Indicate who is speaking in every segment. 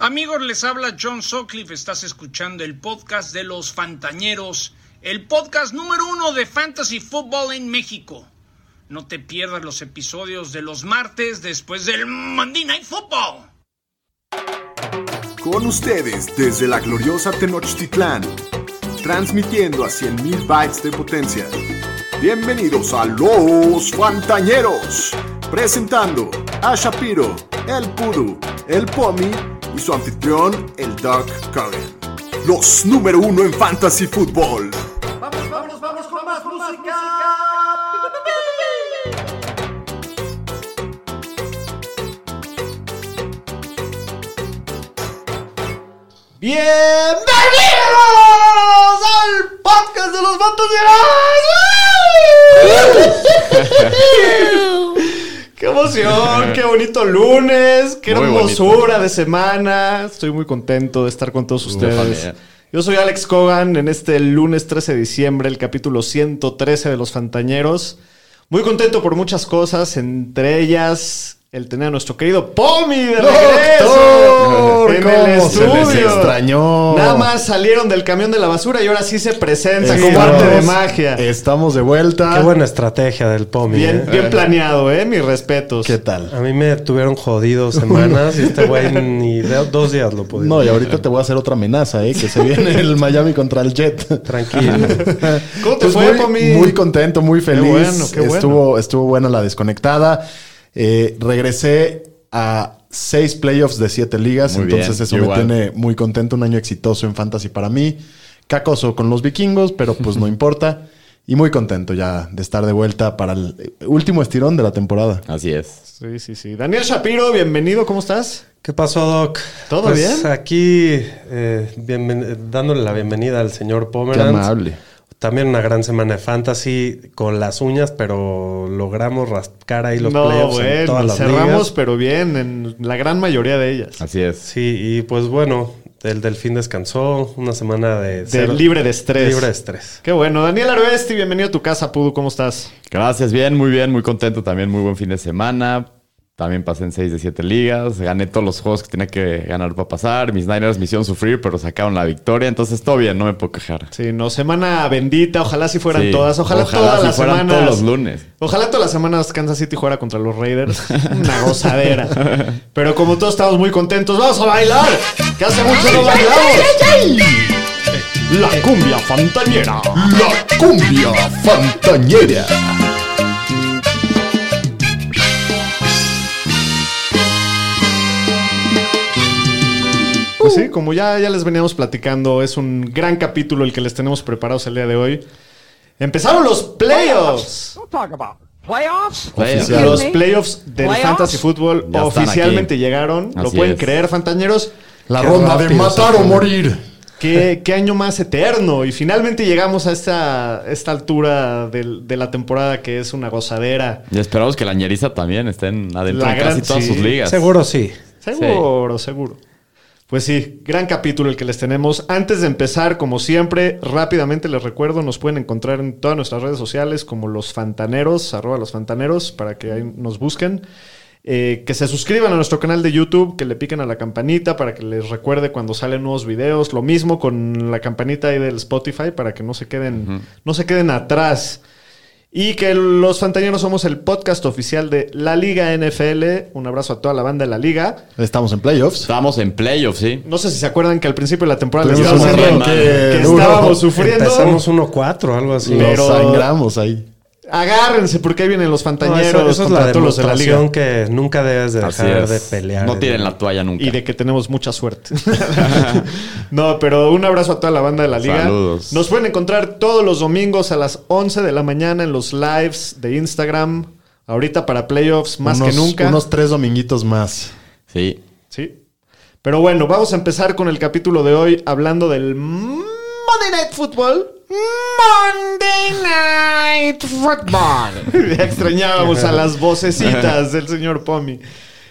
Speaker 1: Amigos, les habla John Sutcliffe. Estás escuchando el podcast de los Fantañeros, el podcast número uno de Fantasy Football en México. No te pierdas los episodios de los martes después del Monday Night Football.
Speaker 2: Con ustedes desde la gloriosa Tenochtitlán, transmitiendo a 100.000 bytes de potencia. Bienvenidos a Los Fantañeros, presentando a Shapiro, el Puru, el Pomi y su anfitrión, el Doc Curry. Los número uno en Fantasy Football.
Speaker 3: Vamos, vamos, vamos con más música.
Speaker 4: Bienvenidos al podcast de los Fantasieros. ¡Qué emoción! ¡Qué bonito lunes! ¡Qué
Speaker 5: Muy
Speaker 4: hermosura
Speaker 5: bonito.
Speaker 4: de semana! Estoy muy contento de estar con todos ustedes.
Speaker 5: familia.
Speaker 4: Yo soy Alex Cogan en este lunes 13 de diciembre, el capítulo 113 de Los Fantañeros. Muy contento por muchas cosas, entre ellas el tener a nuestro querido Pomi de regreso en
Speaker 5: Doctor,
Speaker 4: el
Speaker 5: ¿cómo se les
Speaker 4: estudio.
Speaker 5: extrañó?
Speaker 4: Nada más salieron del camión de la basura y ahora sí se presenta
Speaker 5: Sí, Eh,
Speaker 4: como
Speaker 5: vamos.
Speaker 4: arte de magia.
Speaker 5: Estamos de vuelta.
Speaker 6: Qué buena estrategia del
Speaker 4: Ah,
Speaker 6: Pomi.
Speaker 4: eh, Bien,
Speaker 6: ¿eh?
Speaker 4: bien planeado, ¿eh? Mis respetos.
Speaker 5: ¿Qué tal?
Speaker 6: A mí me tuvieron jodido semanas y este güey ni de- dos días lo podía.
Speaker 7: No, y ahorita te voy a hacer otra amenaza, ¿eh? Que se viene el Miami contra el Jet. Pues
Speaker 6: Tranquilo.
Speaker 4: ¿Cómo
Speaker 5: Pues
Speaker 4: te fue,
Speaker 7: muy,
Speaker 4: Pomi?
Speaker 7: Muy contento, muy feliz.
Speaker 4: bueno, qué bueno.
Speaker 7: Estuvo, estuvo buena la desconectada. Eh, regresé a seis playoffs de siete ligas.
Speaker 5: Muy bien,
Speaker 7: entonces eso
Speaker 5: igual.
Speaker 7: me tiene muy contento. Un año exitoso en fantasy para mí. Cacoso con los vikingos, pero pues no importa. Y muy contento ya de estar de vuelta para el eh, último estirón de la temporada.
Speaker 5: Así es.
Speaker 4: Sí, sí, sí. Daniel Shapiro, bienvenido, ¿cómo estás?
Speaker 6: ¿Qué pasó, Doc?
Speaker 4: ¿Todo
Speaker 6: Pues
Speaker 4: bien?
Speaker 6: Aquí eh, bienven- eh, dándole la bienvenida al señor
Speaker 7: Qué
Speaker 6: Pomeranz.
Speaker 7: amable.
Speaker 6: También una gran semana de fantasy con las uñas, pero logramos rascar ahí los playoffs en todas las
Speaker 4: cerramos,
Speaker 6: ligas.
Speaker 4: pero bien, en la gran mayoría de ellas.
Speaker 5: Así es.
Speaker 6: Sí, y pues bueno, el delfín descansó una semana de,
Speaker 4: De libre de estrés.
Speaker 6: libre de estrés.
Speaker 4: Qué bueno. Daniel Aroesti, bienvenido a tu casa, Pudu, ¿cómo estás?
Speaker 5: Gracias, bien, muy bien, muy contento también, muy buen fin de semana. También pasé en 6 de 7 ligas, gané todos los juegos que tenía que ganar para pasar. Mis Niners me hicieron sufrir, pero sacaron la victoria, entonces todo bien, no me puedo quejar.
Speaker 4: Sí, no, semana bendita, ojalá si fueran
Speaker 5: Sí,
Speaker 4: todas, ojalá,
Speaker 5: ojalá
Speaker 4: todas
Speaker 5: si
Speaker 4: las
Speaker 5: fueran
Speaker 4: semanas.
Speaker 5: todos los lunes.
Speaker 4: Ojalá todas las semanas Kansas City jugara contra los Raiders. Una gozadera. Pero como todos estamos muy contentos, vamos a bailar. Que hace mucho no bailamos. La cumbia fantañera.
Speaker 2: La cumbia fantañera.
Speaker 4: Pues sí, como ya, ya les veníamos platicando, es un gran capítulo el que les tenemos preparados el día de hoy. Empezaron los playoffs.
Speaker 3: Don't talk about playoffs.
Speaker 5: Oficial.
Speaker 4: Los playoffs del
Speaker 3: ¿Playoffs?
Speaker 4: Fantasy Football
Speaker 5: Ya están
Speaker 4: oficialmente
Speaker 5: aquí.
Speaker 4: llegaron. Lo
Speaker 5: Así
Speaker 4: pueden
Speaker 5: es.
Speaker 4: creer, fantañeros.
Speaker 7: La
Speaker 6: Qué
Speaker 7: ronda de
Speaker 6: rápido se
Speaker 7: matar o
Speaker 6: fue.
Speaker 7: morir.
Speaker 4: ¿Qué, qué año más eterno. Y finalmente llegamos a esta, esta altura del- de la temporada que es una gozadera.
Speaker 5: Y esperamos que la ñeriza también esté en- adentro
Speaker 4: La
Speaker 5: de casi
Speaker 4: gran-
Speaker 5: todas
Speaker 4: sí.
Speaker 5: sus ligas.
Speaker 6: Seguro sí.
Speaker 4: Seguro, seguro. Pues sí, gran capítulo el que les tenemos. Antes de empezar, como siempre, rápidamente les recuerdo, nos pueden encontrar en todas nuestras redes sociales como los fantaneros, arroba los fantaneros, para que ahí nos busquen. Eh, que se suscriban a nuestro canal de YouTube, que le piquen a la campanita para que les recuerde cuando salen nuevos videos. Lo mismo con la campanita ahí del Spotify para que no se queden, no se queden atrás. Y que los fantaneros somos el podcast oficial de la Liga NFL. Un abrazo a toda la banda de la Liga.
Speaker 7: Estamos en playoffs.
Speaker 5: Estamos en playoffs, sí.
Speaker 4: No sé si se acuerdan que al principio de la temporada les
Speaker 7: Tuvimos
Speaker 4: estábamos
Speaker 5: un
Speaker 4: diciendo que,
Speaker 5: arranque
Speaker 4: que
Speaker 7: duro.
Speaker 4: estábamos sufriendo.
Speaker 6: Empezamos 1-4, algo así.
Speaker 4: Pero-
Speaker 7: Los sangramos ahí.
Speaker 4: Agárrense porque ahí vienen los
Speaker 6: No,
Speaker 4: fantañeros,
Speaker 6: eso, eso es la
Speaker 4: contra todos los de la
Speaker 6: demostración
Speaker 4: liga.
Speaker 6: que nunca debes de
Speaker 5: Así
Speaker 6: dejar de
Speaker 5: es.
Speaker 6: pelear.
Speaker 5: No tiren la toalla nunca.
Speaker 4: Y de que tenemos mucha suerte. no, pero un abrazo a toda la banda de la liga.
Speaker 5: Saludos.
Speaker 4: Nos pueden encontrar todos los domingos a las 11 de la mañana en los lives de Instagram. Ahorita para playoffs más
Speaker 7: Unos-
Speaker 4: que nunca.
Speaker 7: Unos tres dominguitos más.
Speaker 5: Sí.
Speaker 4: Sí. Pero bueno, vamos a empezar con el capítulo de hoy hablando del Monday Night Football. Monday Night Football. ya extrañábamos a las vocecitas del señor Pomi. Eh,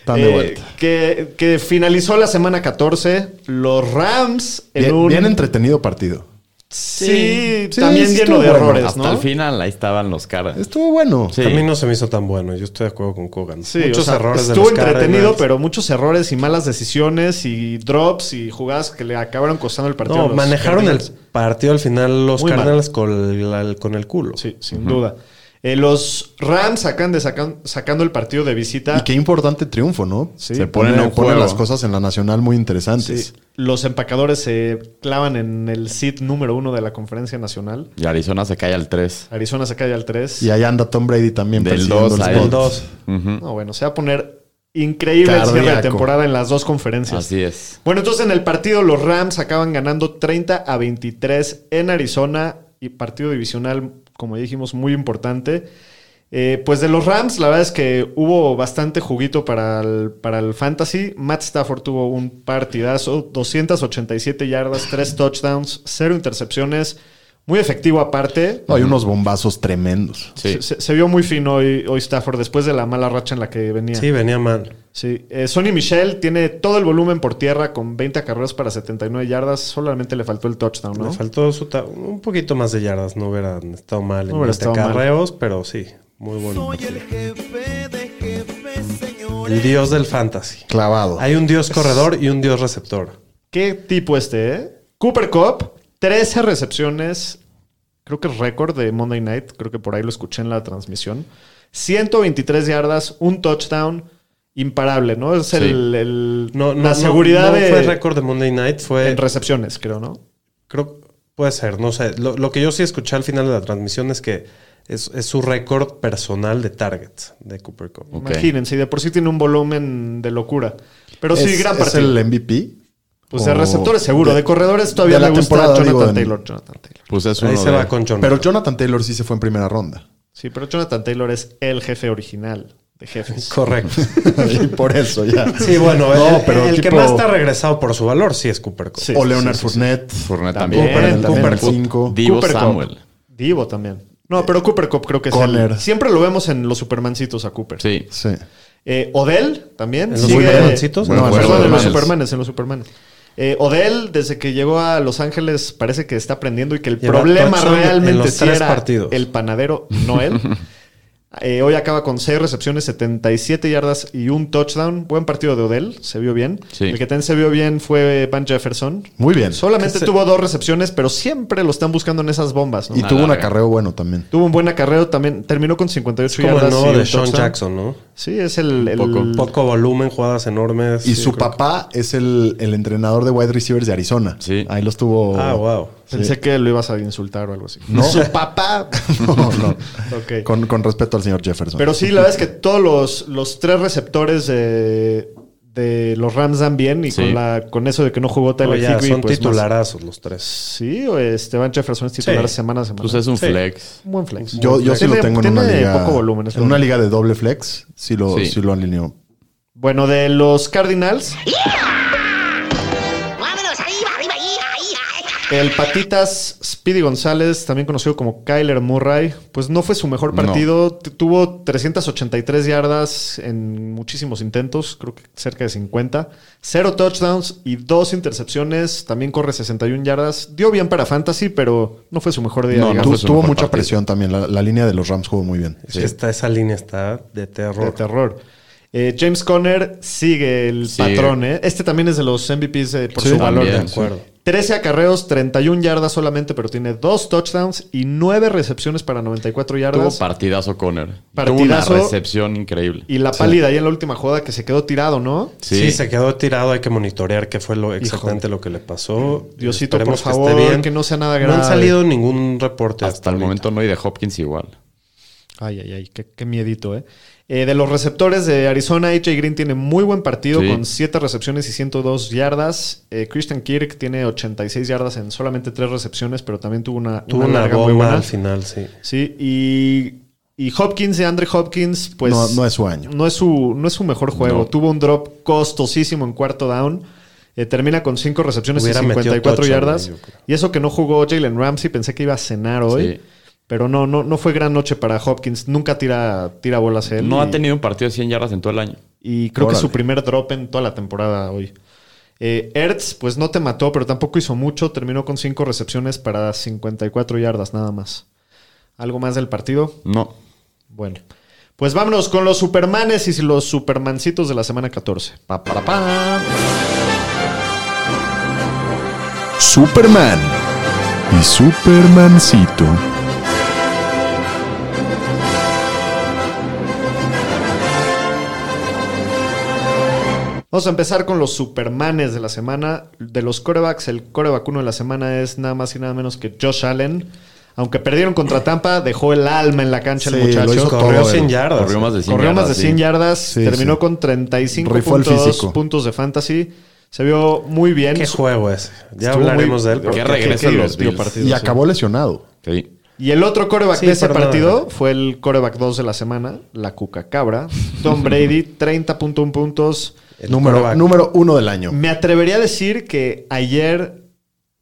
Speaker 7: Están de vuelta.
Speaker 4: Que, que finalizó la semana 14. Los Rams en
Speaker 7: Bien,
Speaker 4: un.
Speaker 7: bien entretenido partido.
Speaker 4: Sí,
Speaker 7: Sí,
Speaker 4: también
Speaker 7: sí
Speaker 4: lleno
Speaker 7: estuvo
Speaker 4: de
Speaker 7: bueno.
Speaker 4: errores,
Speaker 5: Hasta
Speaker 4: pues, ¿no?
Speaker 5: el final, ahí estaban los caras.
Speaker 7: Estuvo bueno.
Speaker 5: Sí.
Speaker 6: A mí no se me hizo tan bueno. Yo estoy de acuerdo con Kogan.
Speaker 4: Sí,
Speaker 6: Muchos
Speaker 4: o sea,
Speaker 6: errores de
Speaker 4: estuvo
Speaker 6: los
Speaker 4: entretenido,
Speaker 6: Cardinals.
Speaker 4: pero muchos errores y malas decisiones y drops y jugadas que le acabaron costando el partido. a
Speaker 6: No,
Speaker 4: los
Speaker 6: manejaron el
Speaker 4: Cardinals.
Speaker 6: partido al final los
Speaker 4: Muy mal.
Speaker 6: Cardinals con, la- con el culo.
Speaker 4: Sí, sin duda. Eh, los Rams sacan de sacan- sacando el partido de visita.
Speaker 7: Y qué importante triunfo, ¿no?
Speaker 4: Sí.
Speaker 7: Se
Speaker 4: Se
Speaker 5: ponen
Speaker 7: ponen,
Speaker 5: a un
Speaker 7: ponen
Speaker 5: juego.
Speaker 7: las cosas en la nacional muy interesantes.
Speaker 4: Sí, los empacadores se clavan en el seat número uno de la conferencia nacional.
Speaker 5: Y Arizona se cae al 3.
Speaker 4: Arizona se cae al 3.
Speaker 7: Y ahí anda Tom Brady también
Speaker 5: Del
Speaker 7: persiguiendo
Speaker 5: 2
Speaker 7: el
Speaker 5: a
Speaker 7: spot.
Speaker 6: El 2.
Speaker 4: No, bueno, se va a poner increíble el cierre de
Speaker 7: Cardíaco.
Speaker 4: temporada en las dos conferencias.
Speaker 5: Así es.
Speaker 4: Bueno, entonces en el partido los Rams acaban ganando 30 a 23 en Arizona y partido divisional, como ya dijimos, muy importante. Eh, pues de los Rams, la verdad es que hubo bastante juguito para el, para el fantasy. Matt Stafford tuvo un partidazo, 287 yardas, 3 touchdowns, 0 intercepciones, muy efectivo aparte.
Speaker 7: No, hay unos bombazos tremendos.
Speaker 5: Sí.
Speaker 4: Se, se- se vio muy fino hoy, hoy Stafford después de la mala racha en la que venía.
Speaker 6: Sí, venía mal.
Speaker 4: Sí, eh, Sonny Michel tiene todo el volumen por tierra con 20 acarreos para 79 yardas. Solamente le faltó el touchdown, ¿no?
Speaker 6: Le faltó su ta- un poquito más de yardas. No hubieran estado mal en
Speaker 4: No hubiera
Speaker 6: 20
Speaker 4: estado mal.
Speaker 6: acarreos, pero sí. Muy bueno. El dios del fantasy.
Speaker 7: Clavado.
Speaker 6: Hay un dios corredor y un dios receptor.
Speaker 4: Qué tipo este, ¿eh? Cooper Cup, 13 recepciones. Creo que es récord de Monday Night. Creo que por ahí lo escuché en la transmisión. 123 yardas, un touchdown. Imparable, ¿no? Es
Speaker 5: Sí.
Speaker 4: el, el-
Speaker 6: No, no,
Speaker 4: la
Speaker 6: no,
Speaker 4: seguridad
Speaker 6: no
Speaker 4: de-
Speaker 6: fue récord eh. de Monday Night, fue
Speaker 4: en recepciones, creo, ¿no?
Speaker 6: creo puede ser, no sé. Lo, lo que yo sí escuché al final de la transmisión es que es, es su récord personal de targets de Cooper Cup.
Speaker 5: Ok.
Speaker 4: Imagínense, y de por sí tiene un volumen de locura. Pero sí,
Speaker 7: ¿Es-
Speaker 4: gran
Speaker 7: ¿Es
Speaker 4: partido.
Speaker 7: el MVP?
Speaker 4: Pues de
Speaker 7: O-
Speaker 4: receptores seguro, de, corredores todavía
Speaker 7: de la
Speaker 4: me gusta
Speaker 7: temporada,
Speaker 4: Jonathan
Speaker 7: digo, en-
Speaker 4: Taylor. Jonathan Taylor.
Speaker 5: Pues es uno
Speaker 6: Ahí se
Speaker 5: de-
Speaker 6: va con John.
Speaker 7: Pero Jonathan Taylor sí se fue en primera ronda.
Speaker 4: Sí, pero Jonathan Taylor es el jefe original de jefes.
Speaker 6: Correcto.
Speaker 7: y por eso ya.
Speaker 6: Sí, bueno,
Speaker 7: No,
Speaker 6: el,
Speaker 7: pero
Speaker 6: el que
Speaker 7: tipo-
Speaker 6: más está regresado por su valor sí es Cooper Cup.
Speaker 4: Sí,
Speaker 7: o Leonard
Speaker 4: sí, sí, sí.
Speaker 7: Fournette.
Speaker 5: Fournette
Speaker 7: También,
Speaker 5: también.
Speaker 7: también,
Speaker 5: Cooper
Speaker 7: el
Speaker 5: Cup.
Speaker 7: cinco.
Speaker 5: Divo
Speaker 4: Cooper Cup.
Speaker 5: Samuel.
Speaker 4: Divo también. No, pero Cooper Cup creo que es
Speaker 7: Conner.
Speaker 4: el- Siempre lo vemos en los Supermancitos a Cooper.
Speaker 5: Sí.
Speaker 7: Sí.
Speaker 4: Eh, Odell también.
Speaker 6: ¿En los
Speaker 4: sigue-
Speaker 6: Supermancitos?
Speaker 4: No,
Speaker 7: No, en los
Speaker 4: perdón, en los
Speaker 5: Supermanes.
Speaker 4: Supermanes, en los Supermanes. Eh, Odell, desde que llegó a Los Ángeles, parece que está aprendiendo y que el
Speaker 6: Lleva
Speaker 4: problema
Speaker 6: touchdown en
Speaker 4: realmente
Speaker 6: los
Speaker 4: sí
Speaker 6: tres
Speaker 4: era
Speaker 6: partidos.
Speaker 4: el panadero, no él. Eh, hoy acaba con 6 recepciones, 77 yardas y un touchdown. Buen partido de Odell, se vio bien.
Speaker 5: Sí.
Speaker 4: El que también se vio bien fue Van Jefferson.
Speaker 7: Muy bien.
Speaker 4: Solamente
Speaker 6: Que se-
Speaker 4: tuvo dos recepciones, pero siempre lo están buscando en esas bombas. ¿no?
Speaker 7: y
Speaker 5: Una
Speaker 7: tuvo un
Speaker 5: larga.
Speaker 7: acarreo bueno también.
Speaker 4: Tuvo un buen acarreo también. Terminó con 58
Speaker 6: Es como el
Speaker 4: yardas. y Mm.
Speaker 6: nuevo
Speaker 4: un
Speaker 6: de Sean
Speaker 4: touchdown.
Speaker 6: Jackson, ¿no?
Speaker 4: Sí, es el. el-
Speaker 6: Poco, poco volumen, jugadas enormes.
Speaker 7: Y
Speaker 6: Sí,
Speaker 7: su
Speaker 6: creo
Speaker 7: papá es el, el entrenador de wide receivers de Arizona.
Speaker 5: Sí.
Speaker 7: Ahí los tuvo.
Speaker 6: que- Ah, wow.
Speaker 4: Pensé que lo ibas a insultar o algo así.
Speaker 7: No. Su papá. no, no.
Speaker 4: Ok.
Speaker 7: Con, con respeto al señor Jefferson.
Speaker 4: Pero sí, la verdad es que todos los, los tres receptores de, de los Rams dan bien y
Speaker 5: Sí.
Speaker 4: con, la, con eso de que no jugó Tyler
Speaker 6: Oye, ya,
Speaker 4: Higbee,
Speaker 6: son
Speaker 4: pues, más-
Speaker 6: titularazos los tres.
Speaker 4: Sí, o Esteban Jefferson es titular
Speaker 6: Sí.
Speaker 4: semana a semana.
Speaker 5: Pues es un
Speaker 6: Sí.
Speaker 5: flex.
Speaker 4: un buen flex.
Speaker 7: yo yo sí lo
Speaker 4: Tiene-
Speaker 7: tengo en una
Speaker 4: tiene
Speaker 7: liga.
Speaker 4: poco volumen. este es
Speaker 7: en
Speaker 4: lo
Speaker 7: una
Speaker 4: único.
Speaker 7: liga de doble flex, sí lo,
Speaker 5: Sí.
Speaker 7: sí. lo alineó.
Speaker 4: Bueno, de los Cardinals,
Speaker 8: ¡Vámonos! ¡Arriba, arriba, ahí, ahí!
Speaker 4: el Patitas Speedy González, también conocido como Kyler Murray, pues no fue su mejor
Speaker 5: No.
Speaker 4: partido. T- Tuvo 383 yardas en muchísimos intentos, creo que cerca de 50. Cero touchdowns y dos intercepciones. También corre 61 yardas. Dio bien para Fantasy, pero no fue su mejor día.
Speaker 5: No, no
Speaker 4: digamos.
Speaker 7: Tu-
Speaker 5: fue su
Speaker 7: tuvo
Speaker 5: mejor
Speaker 7: mucha
Speaker 5: partido.
Speaker 7: presión también. La, la línea de los Rams jugó muy bien.
Speaker 6: Es que está, esa línea está de terror.
Speaker 4: De terror. Eh, James Conner sigue el
Speaker 5: Sigue.
Speaker 4: patrón, ¿eh? Este también es de los MVPs eh, por su valor.
Speaker 5: También,
Speaker 6: de acuerdo.
Speaker 4: 13 acarreos, 31 yardas solamente, pero tiene dos touchdowns y nueve recepciones para 94
Speaker 5: Tuvo
Speaker 4: yardas.
Speaker 5: partidazo Conner. Tuvo una
Speaker 4: Partidazo.
Speaker 5: recepción increíble.
Speaker 4: y la pálida ahí en la última jugada que se quedó tirado, ¿no?
Speaker 6: Sí. se quedó tirado. Hay que monitorear qué fue lo exactamente lo que le pasó.
Speaker 4: Diosito,
Speaker 6: Esperemos
Speaker 4: por
Speaker 6: esté
Speaker 4: favor, que no sea nada grave.
Speaker 6: No han salido ningún reporte hasta,
Speaker 5: Hasta el
Speaker 6: ahorita.
Speaker 5: momento no, y de Hopkins igual.
Speaker 4: Ay, ay, ay, qué, qué miedito, ¿eh? Eh, De los receptores de Arizona, AJ Green tiene muy buen partido
Speaker 5: Sí.
Speaker 4: con 7 recepciones y 102 yardas. Eh, Christian Kirk tiene 86 yardas en solamente 3 recepciones, pero también tuvo una,
Speaker 6: Tuvo una,
Speaker 4: larga muy
Speaker 6: bomba
Speaker 4: buena.
Speaker 6: al final, sí.
Speaker 4: Sí, y, y Hopkins, de Andre Hopkins, pues.
Speaker 7: No- no es su año.
Speaker 4: No es su, no es su mejor juego.
Speaker 5: No.
Speaker 4: Tuvo un drop costosísimo en cuarto down. Eh, termina con 5 recepciones
Speaker 6: Hubiera
Speaker 4: y
Speaker 6: metido
Speaker 4: 54
Speaker 6: touchdown,
Speaker 4: yardas.
Speaker 6: yo creo.
Speaker 4: Y eso que no jugó Jalen Ramsey, pensé que iba a cenar hoy.
Speaker 5: Sí.
Speaker 4: Pero no, no, no fue gran noche para Hopkins. Nunca tira, tira bolas él.
Speaker 5: No
Speaker 4: y-
Speaker 5: ha tenido un partido de 100 yardas en todo el año.
Speaker 4: y creo que
Speaker 7: Órale.
Speaker 4: su primer drop en toda la temporada hoy. Eh, Ertz, pues no te mató, pero tampoco hizo mucho. Terminó con cinco recepciones para 54 yardas nada más. ¿Algo más del partido?
Speaker 5: No.
Speaker 4: Bueno, pues vámonos con los Supermanes y los Supermancitos de la semana 14. Pa, para, pa.
Speaker 2: Superman y Supermancito.
Speaker 4: Vamos a empezar con los Supermanes de la semana. De los corebacks, el coreback uno de la semana es nada más y nada menos que Josh Allen. Aunque perdieron contra Tampa, dejó el alma en la cancha el
Speaker 7: Eh. Sí,
Speaker 4: muchacho.
Speaker 7: lo hizo todo,
Speaker 6: Corrió
Speaker 7: güey.
Speaker 6: 100 yardas.
Speaker 5: Corrió más de 100
Speaker 4: Corrió
Speaker 5: yardas,
Speaker 4: más de
Speaker 5: sí.
Speaker 4: 100 yardas,
Speaker 7: Sí,
Speaker 4: terminó
Speaker 7: sí.
Speaker 4: con 35
Speaker 7: Rifó el
Speaker 4: puntos,
Speaker 7: físico.
Speaker 4: puntos de fantasy. Se vio muy bien.
Speaker 6: Qué juego ese. Ya
Speaker 4: Estuvo
Speaker 6: hablaremos
Speaker 4: muy-
Speaker 6: de él. porque-
Speaker 5: Qué regreso de los
Speaker 4: divertido
Speaker 5: Bills.
Speaker 4: partido,
Speaker 7: Y
Speaker 4: sí.
Speaker 7: acabó lesionado.
Speaker 5: Sí.
Speaker 4: Y el otro coreback
Speaker 6: Sí,
Speaker 4: de ese
Speaker 6: perdón.
Speaker 4: partido fue el coreback 2 de la semana, la Cuca Cabra. Tom Brady, 30.1 puntos.
Speaker 6: El
Speaker 7: Número,
Speaker 6: quarterback.
Speaker 7: número uno del año.
Speaker 4: Me atrevería a decir que ayer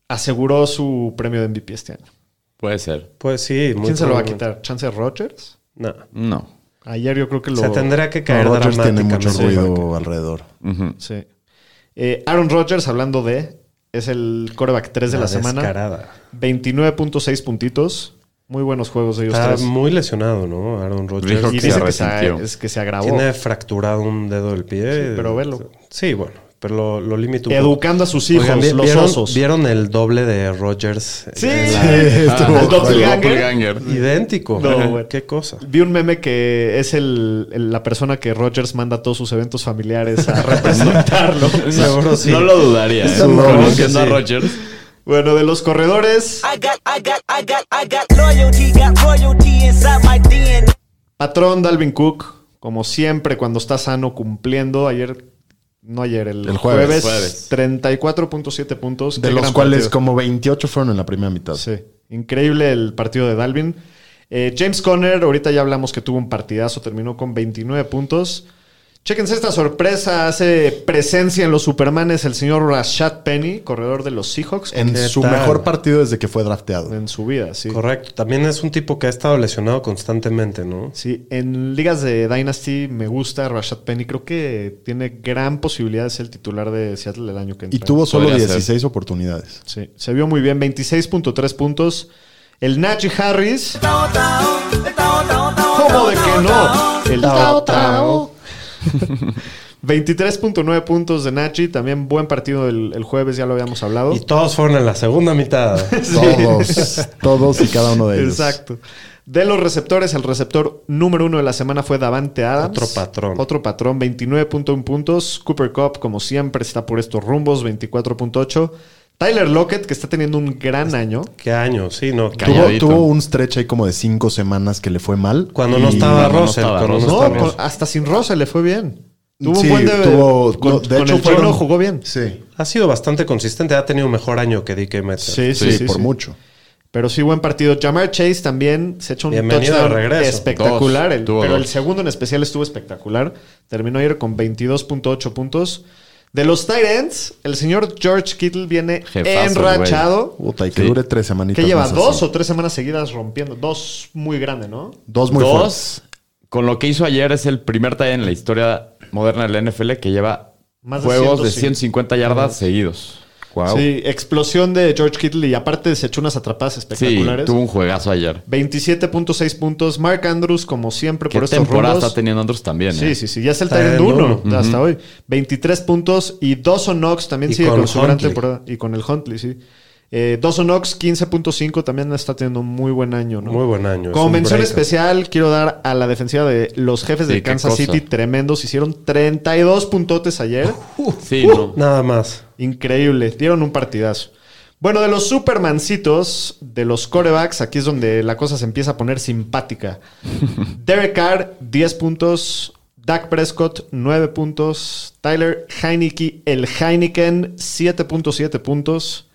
Speaker 4: aseguró su premio de MVP este año.
Speaker 5: Puede ser.
Speaker 6: Pues sí. muy
Speaker 4: ¿Quién se lo va a
Speaker 6: probablemente.
Speaker 4: quitar? ¿Chance Rogers?
Speaker 6: No.
Speaker 5: No.
Speaker 4: Ayer yo creo que lo.
Speaker 6: Se tendrá que
Speaker 7: No,
Speaker 6: caer
Speaker 7: Rodgers tiene mucho
Speaker 6: dramáticamente.
Speaker 7: ruido alrededor.
Speaker 5: Ujú.
Speaker 4: Sí. Eh, Aaron Rodgers, hablando de. Es el coreback 3 de la,
Speaker 6: Una
Speaker 4: semana.
Speaker 6: descarada.
Speaker 4: 29.6 puntitos. Muy buenos juegos de ellos
Speaker 6: Está
Speaker 4: tres.
Speaker 6: Ah, muy lesionado, ¿no? Aaron Rodgers.
Speaker 5: Dijo
Speaker 4: Y dice
Speaker 5: que se
Speaker 4: que se,
Speaker 5: resintió.
Speaker 4: es que se agravó.
Speaker 6: Tiene fracturado un dedo del pie.
Speaker 4: Ah, Sí, pero velo.
Speaker 6: Sí, bueno. Pero lo, lo limito. un poco.
Speaker 4: Educando a sus hijos,
Speaker 6: Oigan, ¿vi-
Speaker 4: los
Speaker 6: ¿vieron,
Speaker 4: osos.
Speaker 6: ¿Vieron el doble de Rodgers?
Speaker 4: Sí.
Speaker 6: En
Speaker 7: Sí, estuvo-
Speaker 5: Ah,
Speaker 4: el doppelganger.
Speaker 5: doppelganger.
Speaker 6: Idéntico.
Speaker 4: No,
Speaker 6: Ajá.
Speaker 4: güey.
Speaker 6: Qué cosa.
Speaker 4: Vi un meme que es el, el- la persona que Rogers manda a todos sus eventos familiares a representarlo.
Speaker 6: Seguro sí.
Speaker 5: No lo dudaría. ¿eh?
Speaker 7: Seguro que
Speaker 5: Conociendo a
Speaker 7: sí.
Speaker 5: Rogers.
Speaker 4: Bueno, de los corredores,
Speaker 9: I got, I got, I got, I got loyalty, got royalty inside my DNA.
Speaker 4: patrón Dalvin Cook, como siempre cuando está sano cumpliendo. Ayer, no ayer, el,
Speaker 7: El jueves.
Speaker 5: Jueves.
Speaker 4: 34.7 puntos.
Speaker 7: De
Speaker 4: Qué
Speaker 7: los
Speaker 4: gran
Speaker 7: cuales
Speaker 4: partido.
Speaker 7: como 28 fueron en la primera mitad.
Speaker 4: Sí, increíble el partido de Dalvin. Eh, James Conner, ahorita ya hablamos que tuvo un partidazo, terminó con 29 puntos. Chéquense esta sorpresa, hace presencia en los Supermanes el señor Rashad Penny, corredor de los Seahawks,
Speaker 7: En
Speaker 6: ¿Qué
Speaker 7: su
Speaker 6: tal?
Speaker 7: mejor partido desde que fue drafteado.
Speaker 4: en su vida, sí.
Speaker 6: Correcto. También es un tipo que ha estado lesionado constantemente, ¿no?
Speaker 4: Sí, en ligas de Dynasty me gusta Rashad Penny, creo que tiene gran posibilidad de ser el titular de Seattle el año que entra.
Speaker 7: Y tuvo solo
Speaker 5: Podría ser.
Speaker 7: 16 oportunidades.
Speaker 4: Sí, se vio muy bien, 26.3 puntos. El Najee Harris, ¿Cómo de que no? El Tao Tao. 23.9 puntos de Nachi. También buen partido el, el jueves, ya lo habíamos hablado.
Speaker 6: Y todos fueron en la segunda mitad.
Speaker 7: Todos, todos y cada uno de ellos.
Speaker 4: Exacto. De los receptores, el receptor número uno de la semana fue Davante Adams.
Speaker 6: Otro patrón.
Speaker 4: Otro patrón, 29.1 puntos. Cooper Cup, como siempre, está por estos rumbos, 24.8. Tyler Lockett, que está teniendo un gran año.
Speaker 6: Qué año, sí, no.
Speaker 5: Cañadito.
Speaker 7: Tuvo, tuvo un stretch ahí como de cinco semanas que le fue mal.
Speaker 6: Cuando no
Speaker 7: Y-
Speaker 6: estaba
Speaker 5: cuando no
Speaker 6: Russell.
Speaker 5: estaba
Speaker 6: cuando no
Speaker 5: Russell.
Speaker 4: No,
Speaker 6: estaba
Speaker 4: con-
Speaker 6: Russell.
Speaker 4: hasta sin Rosa le fue bien. Tuvo
Speaker 7: Sí,
Speaker 4: un buen de,
Speaker 7: tuvo-
Speaker 4: con,
Speaker 7: no, de
Speaker 4: con
Speaker 7: hecho
Speaker 4: el chino
Speaker 7: fueron-
Speaker 4: jugó bien.
Speaker 7: Sí.
Speaker 6: Ha sido bastante consistente. Ha tenido mejor año que DK Metcalf.
Speaker 4: Sí, sí,
Speaker 7: Sí,
Speaker 4: sí,
Speaker 7: por
Speaker 4: sí.
Speaker 7: mucho.
Speaker 4: Pero sí, buen partido. Jamar Chase también se echa un
Speaker 6: Bienvenido
Speaker 4: touchdown
Speaker 6: de regreso.
Speaker 4: espectacular.
Speaker 5: Dos,
Speaker 4: El-
Speaker 5: tuvo
Speaker 4: pero
Speaker 5: dos.
Speaker 4: el segundo en especial estuvo espectacular. Terminó ayer con 22.8 puntos. De los Titans, el señor George Kittle viene
Speaker 5: Jefazo,
Speaker 4: enrachado.
Speaker 7: Puta, y que
Speaker 5: Sí.
Speaker 7: dure tres semanitas.
Speaker 4: Que lleva
Speaker 7: más
Speaker 4: dos
Speaker 7: así.
Speaker 4: o tres semanas seguidas rompiendo. Dos muy grande, ¿no?
Speaker 7: Dos muy
Speaker 5: Dos,
Speaker 7: fuertes.
Speaker 5: con lo que hizo ayer, es el primer tie en la historia moderna de la NFL que lleva
Speaker 4: Más de
Speaker 5: juegos de
Speaker 4: 150
Speaker 5: 150 yardas seguidos. Wow.
Speaker 4: Sí,
Speaker 5: Sí,
Speaker 4: explosión de George Kittle y aparte se echó unas atrapadas espectaculares.
Speaker 5: tuvo un juegazo ayer.
Speaker 4: 27.6 puntos. Mark Andrews, como siempre,
Speaker 5: ¿Qué
Speaker 4: por estos
Speaker 5: temporada
Speaker 4: rumbos.
Speaker 5: está teniendo Andrews también?
Speaker 4: Sí,
Speaker 5: eh?
Speaker 4: sí, sí. Ya es el
Speaker 6: Está
Speaker 4: Tyrant
Speaker 6: en
Speaker 4: 1
Speaker 6: uno.
Speaker 4: hasta hoy. 23 puntos y Dawson Knox también
Speaker 6: Y
Speaker 4: sigue con,
Speaker 6: con
Speaker 4: su gran
Speaker 6: Huntley.
Speaker 4: temporada. Y con el Huntley, sí. Eh, Dawson Knox 15.5 también está teniendo un muy buen año, ¿no?
Speaker 6: Muy buen año. es un
Speaker 4: Como mención
Speaker 6: breakout.
Speaker 4: especial, quiero dar a la defensiva de los jefes
Speaker 5: Sí,
Speaker 4: de
Speaker 5: qué
Speaker 4: Kansas
Speaker 5: cosa.
Speaker 4: City. Tremendos. Hicieron 32 puntotes ayer.
Speaker 5: Sí, no.
Speaker 6: Nada más.
Speaker 4: Increíble. Dieron un partidazo. Bueno, de los supermancitos, de los corebacks, aquí es donde la cosa se empieza a poner simpática. Derek Carr, 10 puntos. Dak Prescott, 9 puntos. Tyler Heineke, el Heineken, 7.7 puntos.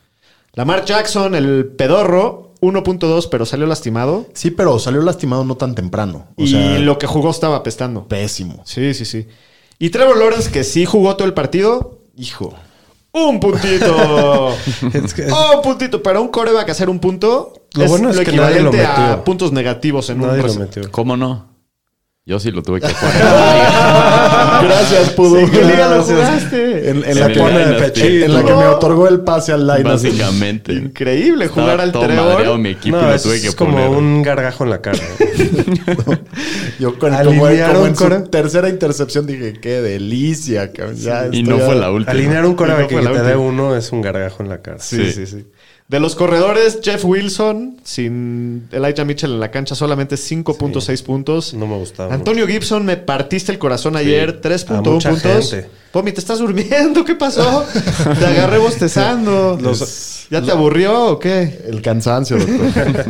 Speaker 4: Lamar Jackson, el pedorro, 1.2, pero salió lastimado.
Speaker 7: Sí, pero salió lastimado no tan temprano. O
Speaker 4: y
Speaker 7: sea,
Speaker 4: lo que jugó estaba apestando.
Speaker 7: pésimo.
Speaker 4: Sí, sí, sí. Y Trevor Lawrence, que sí jugó todo el partido,
Speaker 7: Hijo.
Speaker 4: un puntito.
Speaker 6: Es que-
Speaker 4: Oh, un puntito. Para un coreback hacer un punto
Speaker 6: Lo bueno es que nadie lo
Speaker 4: equivalente a
Speaker 6: metió.
Speaker 4: puntos negativos en un
Speaker 6: Nadie lo
Speaker 4: rece-
Speaker 6: metió.
Speaker 5: ¿Cómo no? Yo sí lo tuve que jugar.
Speaker 7: Gracias, Pudu.
Speaker 4: ¿En qué liga lo
Speaker 7: Gracias.
Speaker 4: jugaste?
Speaker 7: En, en
Speaker 5: Sí,
Speaker 7: la,
Speaker 5: me
Speaker 7: que,
Speaker 5: ganas,
Speaker 7: en la
Speaker 5: tío.
Speaker 7: que me otorgó el pase al Linus.
Speaker 5: Básicamente.
Speaker 4: Increíble jugar al
Speaker 5: Estaba todo madreado
Speaker 4: trébol.
Speaker 5: mi equipo y
Speaker 6: no,
Speaker 5: lo
Speaker 6: es,
Speaker 5: tuve que
Speaker 6: como
Speaker 5: poner.
Speaker 6: un gargajo en la cara.
Speaker 7: Yo con, como, como en
Speaker 6: Alinearon
Speaker 7: su
Speaker 6: Cora.
Speaker 7: tercera intercepción dije, qué delicia. cabrón, ya
Speaker 5: Y
Speaker 7: estoy
Speaker 5: no
Speaker 7: a-
Speaker 5: fue la última.
Speaker 6: Alinear un
Speaker 4: No
Speaker 6: coreback
Speaker 4: fue
Speaker 6: que
Speaker 4: la
Speaker 6: te dé
Speaker 4: última.
Speaker 6: uno es un gargajo en la cara.
Speaker 4: Sí, sí, sí. De los corredores, Jeff Wilson, sin Elijah Mitchell en la cancha, solamente 5.6 puntos.
Speaker 6: No me gustaba.
Speaker 4: Antonio Gibson, me partiste el corazón ayer, 3.1
Speaker 6: A mucha
Speaker 4: puntos.
Speaker 6: gente.
Speaker 4: Pomi, te estás durmiendo, ¿qué pasó? te agarré bostezando. ¿Ya te aburrió o qué?
Speaker 7: El cansancio, doctor.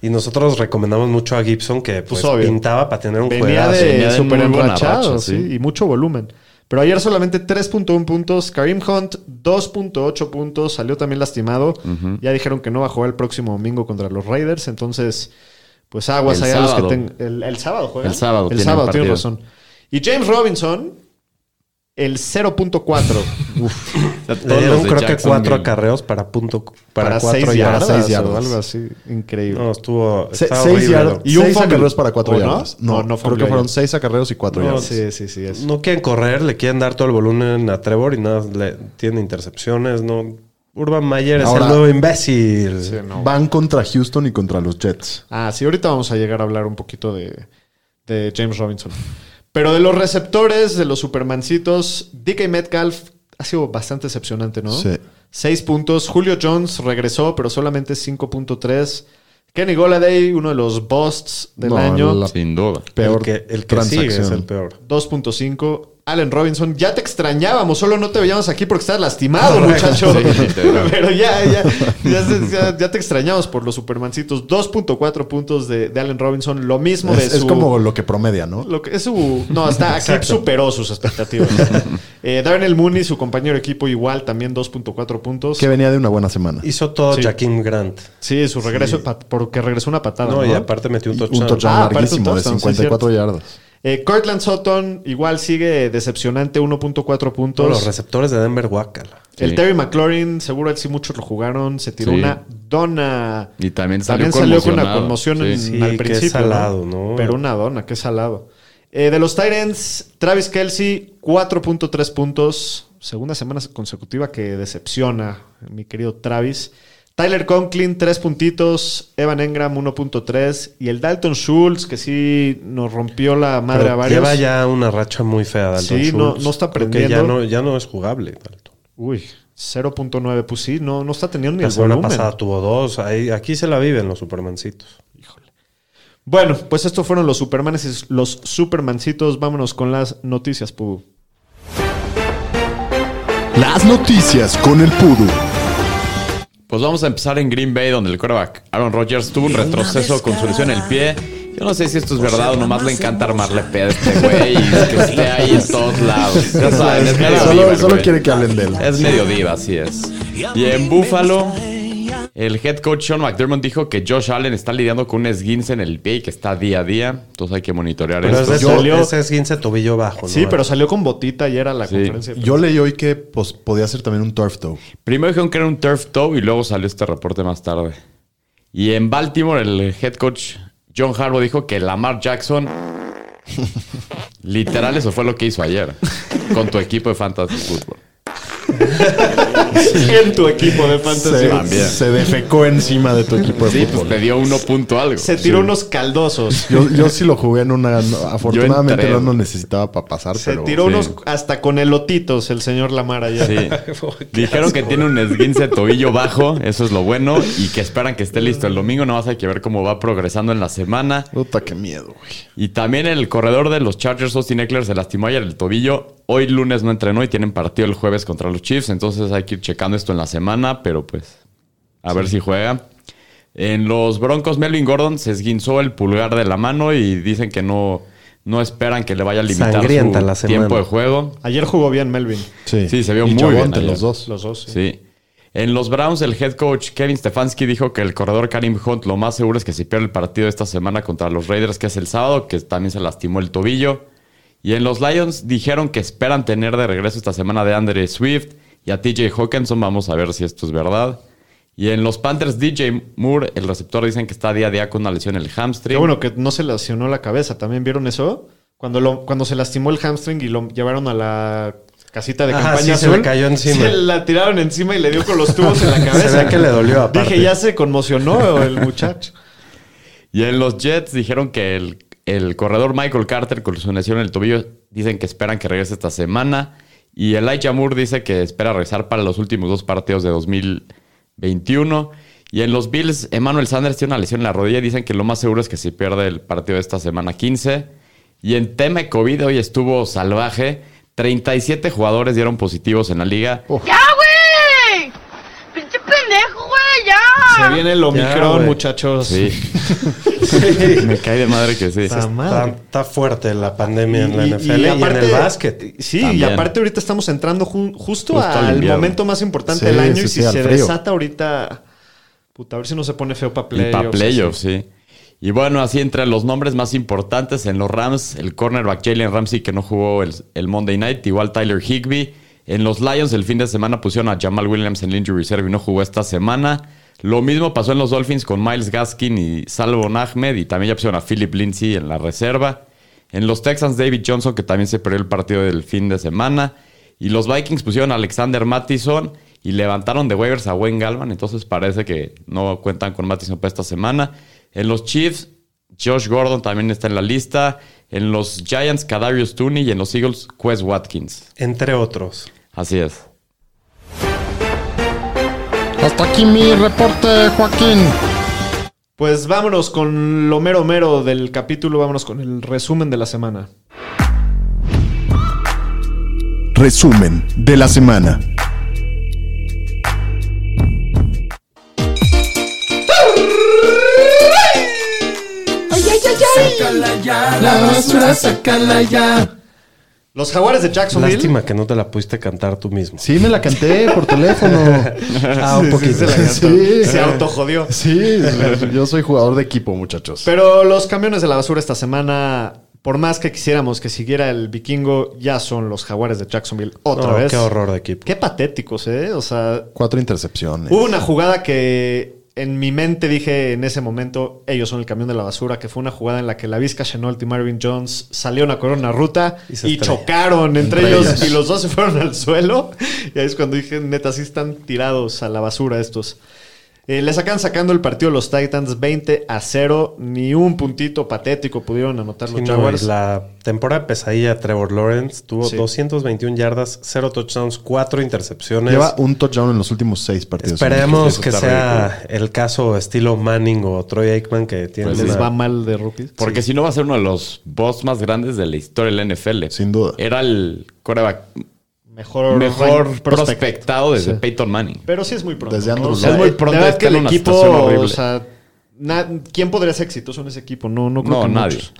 Speaker 6: Y nosotros recomendamos mucho a Gibson que pues,
Speaker 4: Pues, obvio.
Speaker 6: pintaba para tener un
Speaker 4: Venía
Speaker 6: juegazo.
Speaker 4: de,
Speaker 5: venía de
Speaker 4: súper
Speaker 5: muy buena
Speaker 4: enrachado,
Speaker 5: racha,
Speaker 4: sí,
Speaker 5: sí.
Speaker 4: y mucho volumen. Pero ayer solamente 3.1 puntos. Karim Hunt, 2.8 puntos. Salió también lastimado. Ya dijeron que no va a jugar el próximo domingo contra los Raiders. Entonces, pues aguas
Speaker 5: El
Speaker 4: allá los que
Speaker 5: sábado.
Speaker 4: tengan. El, el sábado juegan.
Speaker 5: El sábado
Speaker 4: El
Speaker 5: tienen
Speaker 4: sábado, tienes
Speaker 5: partido.
Speaker 4: razón. Y James Robinson, el 0.4. Uf,
Speaker 5: O sea, todos
Speaker 6: Le dieron
Speaker 5: los de
Speaker 6: creo que
Speaker 5: Jacksonville.
Speaker 6: cuatro acarreos para punto para,
Speaker 4: para
Speaker 6: cuatro
Speaker 4: 6
Speaker 6: yardas,
Speaker 4: yardas,
Speaker 7: seis yardas.
Speaker 4: o algo así. Increíble.
Speaker 6: No, estuvo
Speaker 7: Se-
Speaker 6: estaba
Speaker 7: seis
Speaker 6: horrible,
Speaker 7: yardas.
Speaker 6: ¿no?
Speaker 7: Y un
Speaker 4: Seis
Speaker 7: fumble.
Speaker 4: acarreos
Speaker 7: para cuatro
Speaker 4: ¿O no?
Speaker 7: yardas.
Speaker 4: No,
Speaker 7: No,
Speaker 4: no
Speaker 7: creo
Speaker 4: fumble
Speaker 7: que fueron
Speaker 4: ayer.
Speaker 7: seis acarreos y cuatro
Speaker 6: No,
Speaker 7: yardas.
Speaker 4: sí, sí, sí. es-
Speaker 6: No quieren correr, le quieren dar todo el volumen a Trevor y nada, le, tiene intercepciones, no. Urban Mayer es
Speaker 7: Ahora-
Speaker 6: el nuevo imbécil.
Speaker 4: sí, no.
Speaker 7: Van contra Houston y contra los Jets.
Speaker 4: Ah, sí, ahorita vamos a llegar a hablar un poquito de, de James Robinson. Pero de los receptores, de los supermancitos, DK Metcalf ha sido bastante decepcionante, ¿no?
Speaker 7: Sí.
Speaker 4: Seis puntos. Julio Jones regresó, pero solamente 5.3. Kenny Goladay, uno de los busts del
Speaker 7: No,
Speaker 4: año.
Speaker 7: la-
Speaker 5: Sin duda.
Speaker 7: Peor
Speaker 6: el que, el que
Speaker 7: transacción.
Speaker 6: sigue es el peor.
Speaker 4: 2.5. Allen Robinson, ya te extrañábamos, solo no te veíamos aquí porque estás lastimado, muchacho.
Speaker 5: Sí, de verdad.
Speaker 4: Pero ya, ya, ya, se- ya- ya te extrañamos por los supermancitos. 2.4 puntos de, de Allen Robinson, lo mismo de
Speaker 7: Es, es
Speaker 4: su-
Speaker 7: como lo que promedia, ¿no?
Speaker 4: Lo que es su. No, hasta aquí superó sus expectativas. eh, Darnell Mooney, su compañero de equipo, igual también 2.4 puntos.
Speaker 7: Que venía de una buena semana.
Speaker 6: Hizo todo
Speaker 4: Sí.
Speaker 6: Jaquim Grant.
Speaker 4: Sí, su regreso, de pat- porque regresó una patada.
Speaker 6: No,
Speaker 4: No,
Speaker 6: y aparte metió un
Speaker 7: Y
Speaker 6: touchdown.
Speaker 7: un touchdown
Speaker 4: Ah, aparte un
Speaker 7: larguísimo de
Speaker 4: touchdown, sí,
Speaker 7: 54 yardas.
Speaker 4: Eh, Cortland Sutton, igual sigue decepcionante, 1.4
Speaker 6: Todos
Speaker 4: puntos.
Speaker 6: los receptores de Denver Guacala.
Speaker 4: el
Speaker 5: Sí.
Speaker 4: Terry McLaurin, seguro él sí muchos lo jugaron. Se tiró
Speaker 5: Sí.
Speaker 4: una dona.
Speaker 5: Y también salió
Speaker 4: También salió con una
Speaker 5: conmocionado.
Speaker 4: conmoción en-
Speaker 5: Sí.
Speaker 6: Sí,
Speaker 4: al
Speaker 6: qué
Speaker 4: principio. ¿no?
Speaker 6: salado, ¿no?
Speaker 4: Pero una dona, qué salado. Eh, de los Tyrants, Travis Kelsey, 4.3 puntos. Segunda semana consecutiva que decepciona, mi querido Travis. Tyler Conklin, 3 puntitos. Evan Engram, 1.3. Y el Dalton Schultz, que sí nos rompió la madre
Speaker 6: Pero
Speaker 4: a varios.
Speaker 6: Lleva ya una racha muy fea Dalton
Speaker 4: Sí, no-
Speaker 6: Schultz.
Speaker 4: no está
Speaker 6: Creo que ya
Speaker 4: aprendiendo.
Speaker 6: no, ya no es jugable Dalton.
Speaker 4: Uy, 0.9. Pues sí, no, no está teniendo ni
Speaker 6: La
Speaker 4: el
Speaker 6: semana
Speaker 4: volumen.
Speaker 6: pasada tuvo dos. Ahí- aquí se la viven los supermancitos.
Speaker 4: Bueno, pues estos fueron los Supermanes y los Supermancitos. Vámonos con las noticias, Pudu.
Speaker 2: Las noticias con el Pudu.
Speaker 5: Pues vamos a empezar en Green Bay, donde el quarterback Aaron Rodgers tuvo un retroceso con su lesión en el pie. Yo no sé si esto es verdad o nomás le encanta armarle pedo a este güey y que esté ahí en todos lados. Ya saben, es medio diva
Speaker 7: Solo,
Speaker 5: el
Speaker 7: solo
Speaker 5: güey.
Speaker 7: quiere que hablen de él.
Speaker 5: Es medio diva, así es. Y en Buffalo, el head coach Sean McDermott dijo que Josh Allen está lidiando con un esguince en el pie y que está día a día. Entonces hay que monitorear
Speaker 6: Pero es
Speaker 5: esto.
Speaker 6: de
Speaker 4: Yo-
Speaker 6: salió- ese es 15 tobillo bajo. ¿no?
Speaker 4: Sí, pero salió con botita ayer a la
Speaker 5: Sí.
Speaker 4: conferencia. de
Speaker 7: Yo leí hoy que pues, podía ser también un turf toe.
Speaker 5: Primero dijeron que era un turf toe y luego salió este reporte más tarde. Y en Baltimore, el eh, head coach John Harbaugh dijo que Lamar Jackson. Literal, eso fue lo que hizo ayer con tu equipo de fantasy football.
Speaker 4: prensa. en tu equipo de fantasy.
Speaker 7: Se, se defecó encima de tu equipo de
Speaker 5: Sí, pues
Speaker 7: fútbol.
Speaker 5: le dio uno punto algo.
Speaker 4: Se tiró
Speaker 5: Sí.
Speaker 4: unos caldosos.
Speaker 7: Yo, yo sí lo jugué en una. no, afortunadamente
Speaker 5: entré.
Speaker 7: no lo necesitaba para pasar.
Speaker 4: Se
Speaker 7: pero-
Speaker 4: tiró
Speaker 5: sí.
Speaker 4: unos hasta con elotitos el señor Lamar ayer.
Speaker 5: Sí. Dijeron que tiene un esguince de tobillo bajo, eso es lo bueno, y que esperan que esté listo el domingo. No vas a que ver cómo va progresando en la semana.
Speaker 7: Puta, qué miedo, güey.
Speaker 5: Y también el corredor de los Chargers, Austin Eckler, se lastimó ayer el tobillo. Hoy lunes no entrenó y tienen partido el jueves contra los Chiefs. Entonces hay que ir checando esto en la semana, pero pues a ver si juega. En los Broncos, Melvin Gordon se esguinzó el pulgar de la mano y dicen que no, no esperan que le vaya a limitar
Speaker 6: Sangrienta
Speaker 5: su
Speaker 6: la semana.
Speaker 5: tiempo de juego.
Speaker 4: Ayer jugó bien Melvin.
Speaker 5: Sí, se vio
Speaker 7: Y
Speaker 5: muy bien
Speaker 7: Chabonte,
Speaker 5: ayer.
Speaker 7: los dos.
Speaker 4: Los dos. sí.
Speaker 5: Sí. En los Browns, el head coach Kevin Stefanski dijo que el corredor Karim Hunt lo más seguro es que si pierde el partido esta semana contra los Raiders, que es el sábado, que también se lastimó el tobillo. Y en los Lions dijeron que esperan tener de regreso esta semana de Andre Swift y a TJ Hawkinson. Vamos a ver si esto es verdad. Y en los Panthers, DJ Moore, el receptor, dicen que está día a día con una lesión en el hamstring.
Speaker 4: Qué bueno que no se lesionó la cabeza. ¿También vieron eso? Cuando, lo, cuando se lastimó el hamstring y lo llevaron a la casita de
Speaker 6: Ajá,
Speaker 4: campaña
Speaker 6: sí, se
Speaker 4: azul,
Speaker 6: le cayó encima.
Speaker 4: se la tiraron encima y le dio con los tubos en la cabeza.
Speaker 6: Se ve que le dolió, aparte.
Speaker 4: Dije, ya se conmocionó el muchacho.
Speaker 5: Y en los Jets dijeron que el, el corredor Michael Carter con su lesión en el tobillo dicen que esperan que regrese esta semana. Y Elijah Moore dice que espera regresar para los últimos dos partidos de 2021. Y en los Bills, Emmanuel Sanders tiene una lesión en la rodilla. Dicen que lo más seguro es que si pierde el partido de esta semana 15. Y en tema de COVID, hoy estuvo salvaje. 37 jugadores dieron positivos en la liga.
Speaker 10: ¡Ya, güey! ¡Pinche pendejo, güey! ¡Ya!
Speaker 4: Se viene el Omicron,
Speaker 6: güey.
Speaker 4: muchachos.
Speaker 5: Sí. Me cae de madre que sí.
Speaker 4: Está
Speaker 6: Está,
Speaker 4: madre.
Speaker 6: está fuerte la pandemia en la
Speaker 4: Y- y-
Speaker 6: NFL y,
Speaker 4: aparte-
Speaker 6: en el básquet.
Speaker 4: Sí, y
Speaker 5: También.
Speaker 4: aparte ahorita estamos entrando ju- justo,
Speaker 5: Justo al
Speaker 4: al
Speaker 5: invierno.
Speaker 4: momento más importante
Speaker 7: Sí,
Speaker 4: del año
Speaker 7: sí,
Speaker 4: y
Speaker 7: sí,
Speaker 4: si
Speaker 7: al
Speaker 4: se
Speaker 7: frío.
Speaker 4: desata ahorita, puta, a ver si no se pone feo para
Speaker 5: Y
Speaker 4: playoffs.
Speaker 5: para playoffs, sí. Y bueno, así entre los nombres más importantes en los Rams, el cornerback Jalen Ramsey que no jugó el, el Monday Night, igual Tyler Higbee. En los Lions el fin de semana pusieron a Jamal Williams en el injury reserve y no jugó esta semana. Lo mismo pasó en los Dolphins con Miles Gaskin y Salvo Ahmed y también ya pusieron a Philip Lindsay en la reserva. En los Texans David Johnson que también se perdió el partido del fin de semana. Y los Vikings pusieron a Alexander Mattison y levantaron de waivers a Wayne Galvan. Entonces parece que no cuentan con Mattison para esta semana. En los Chiefs, Josh Gordon también está en la lista. En los Giants, Kadarius Tooney. Y en los Eagles, Quest Watkins.
Speaker 6: Entre otros.
Speaker 5: Así es.
Speaker 7: Hasta aquí mi reporte, Joaquín.
Speaker 4: Pues vámonos con lo mero mero del capítulo, vámonos con el resumen de la semana.
Speaker 2: Resumen de la semana.
Speaker 7: La basura, sácala ya.
Speaker 4: Los jaguares de Jacksonville.
Speaker 6: Lástima que no te la pudiste cantar tú mismo.
Speaker 7: Sí, me la canté por teléfono.
Speaker 6: Ah, un poquito.
Speaker 4: se la gastó.
Speaker 7: Sí.
Speaker 4: Se autojodió.
Speaker 7: Sí, yo soy jugador de equipo, muchachos.
Speaker 4: Pero los camiones de la basura esta semana, por más que quisiéramos que siguiera el vikingo, ya son los jaguares de Jacksonville otra
Speaker 6: No,
Speaker 4: vez.
Speaker 6: Oh, Qué horror de equipo.
Speaker 4: Qué patéticos, ¿eh? O sea,
Speaker 7: Cuatro intercepciones.
Speaker 4: Hubo una jugada que en mi mente dije en ese momento, ellos son el camión de la basura, que fue una jugada en la que la Vizca Chenault y Marvin Jones salieron a correr una ruta
Speaker 6: Y se
Speaker 4: y,
Speaker 6: estrella.
Speaker 4: chocaron entre,
Speaker 7: Entre
Speaker 4: ellos,
Speaker 7: ellos.
Speaker 4: y los dos se fueron al suelo. Y ahí es cuando dije, neta, sí están tirados a la basura estos. Eh, les sacan sacando el partido a los Titans 20 a 0. Ni un puntito patético pudieron anotar
Speaker 6: Sí,
Speaker 4: los
Speaker 6: no,
Speaker 4: Jaguars.
Speaker 6: y la temporada pesadilla de Trevor Lawrence tuvo
Speaker 4: Sí.
Speaker 6: 221 yardas, 0 touchdowns, 4 intercepciones.
Speaker 7: Lleva un touchdown en los últimos seis partidos.
Speaker 6: Esperemos
Speaker 7: Eso
Speaker 6: que
Speaker 7: está
Speaker 6: sea el caso estilo Manning o Troy Aikman que tiene
Speaker 5: Pues
Speaker 4: les
Speaker 5: sí.
Speaker 4: va mal de rookies.
Speaker 5: Porque si no va a ser uno de los boss más grandes de la historia del NFL.
Speaker 7: Sin duda.
Speaker 5: Era el coreback
Speaker 4: Mejor,
Speaker 5: mejor
Speaker 4: rank- prospect.
Speaker 5: prospectado desde
Speaker 7: Sí.
Speaker 5: Peyton Manning.
Speaker 4: Pero sí es muy pronto.
Speaker 7: Desde Andrew
Speaker 4: ¿no?
Speaker 7: Luck.
Speaker 5: Es muy pronto,
Speaker 4: La verdad
Speaker 5: está
Speaker 4: que el
Speaker 5: en una
Speaker 4: equipo,
Speaker 5: situación horrible.
Speaker 4: o sea, na- ¿quién podría ser exitoso en ese equipo? No, no creo
Speaker 5: No,
Speaker 4: que
Speaker 5: nadie.
Speaker 4: muchos.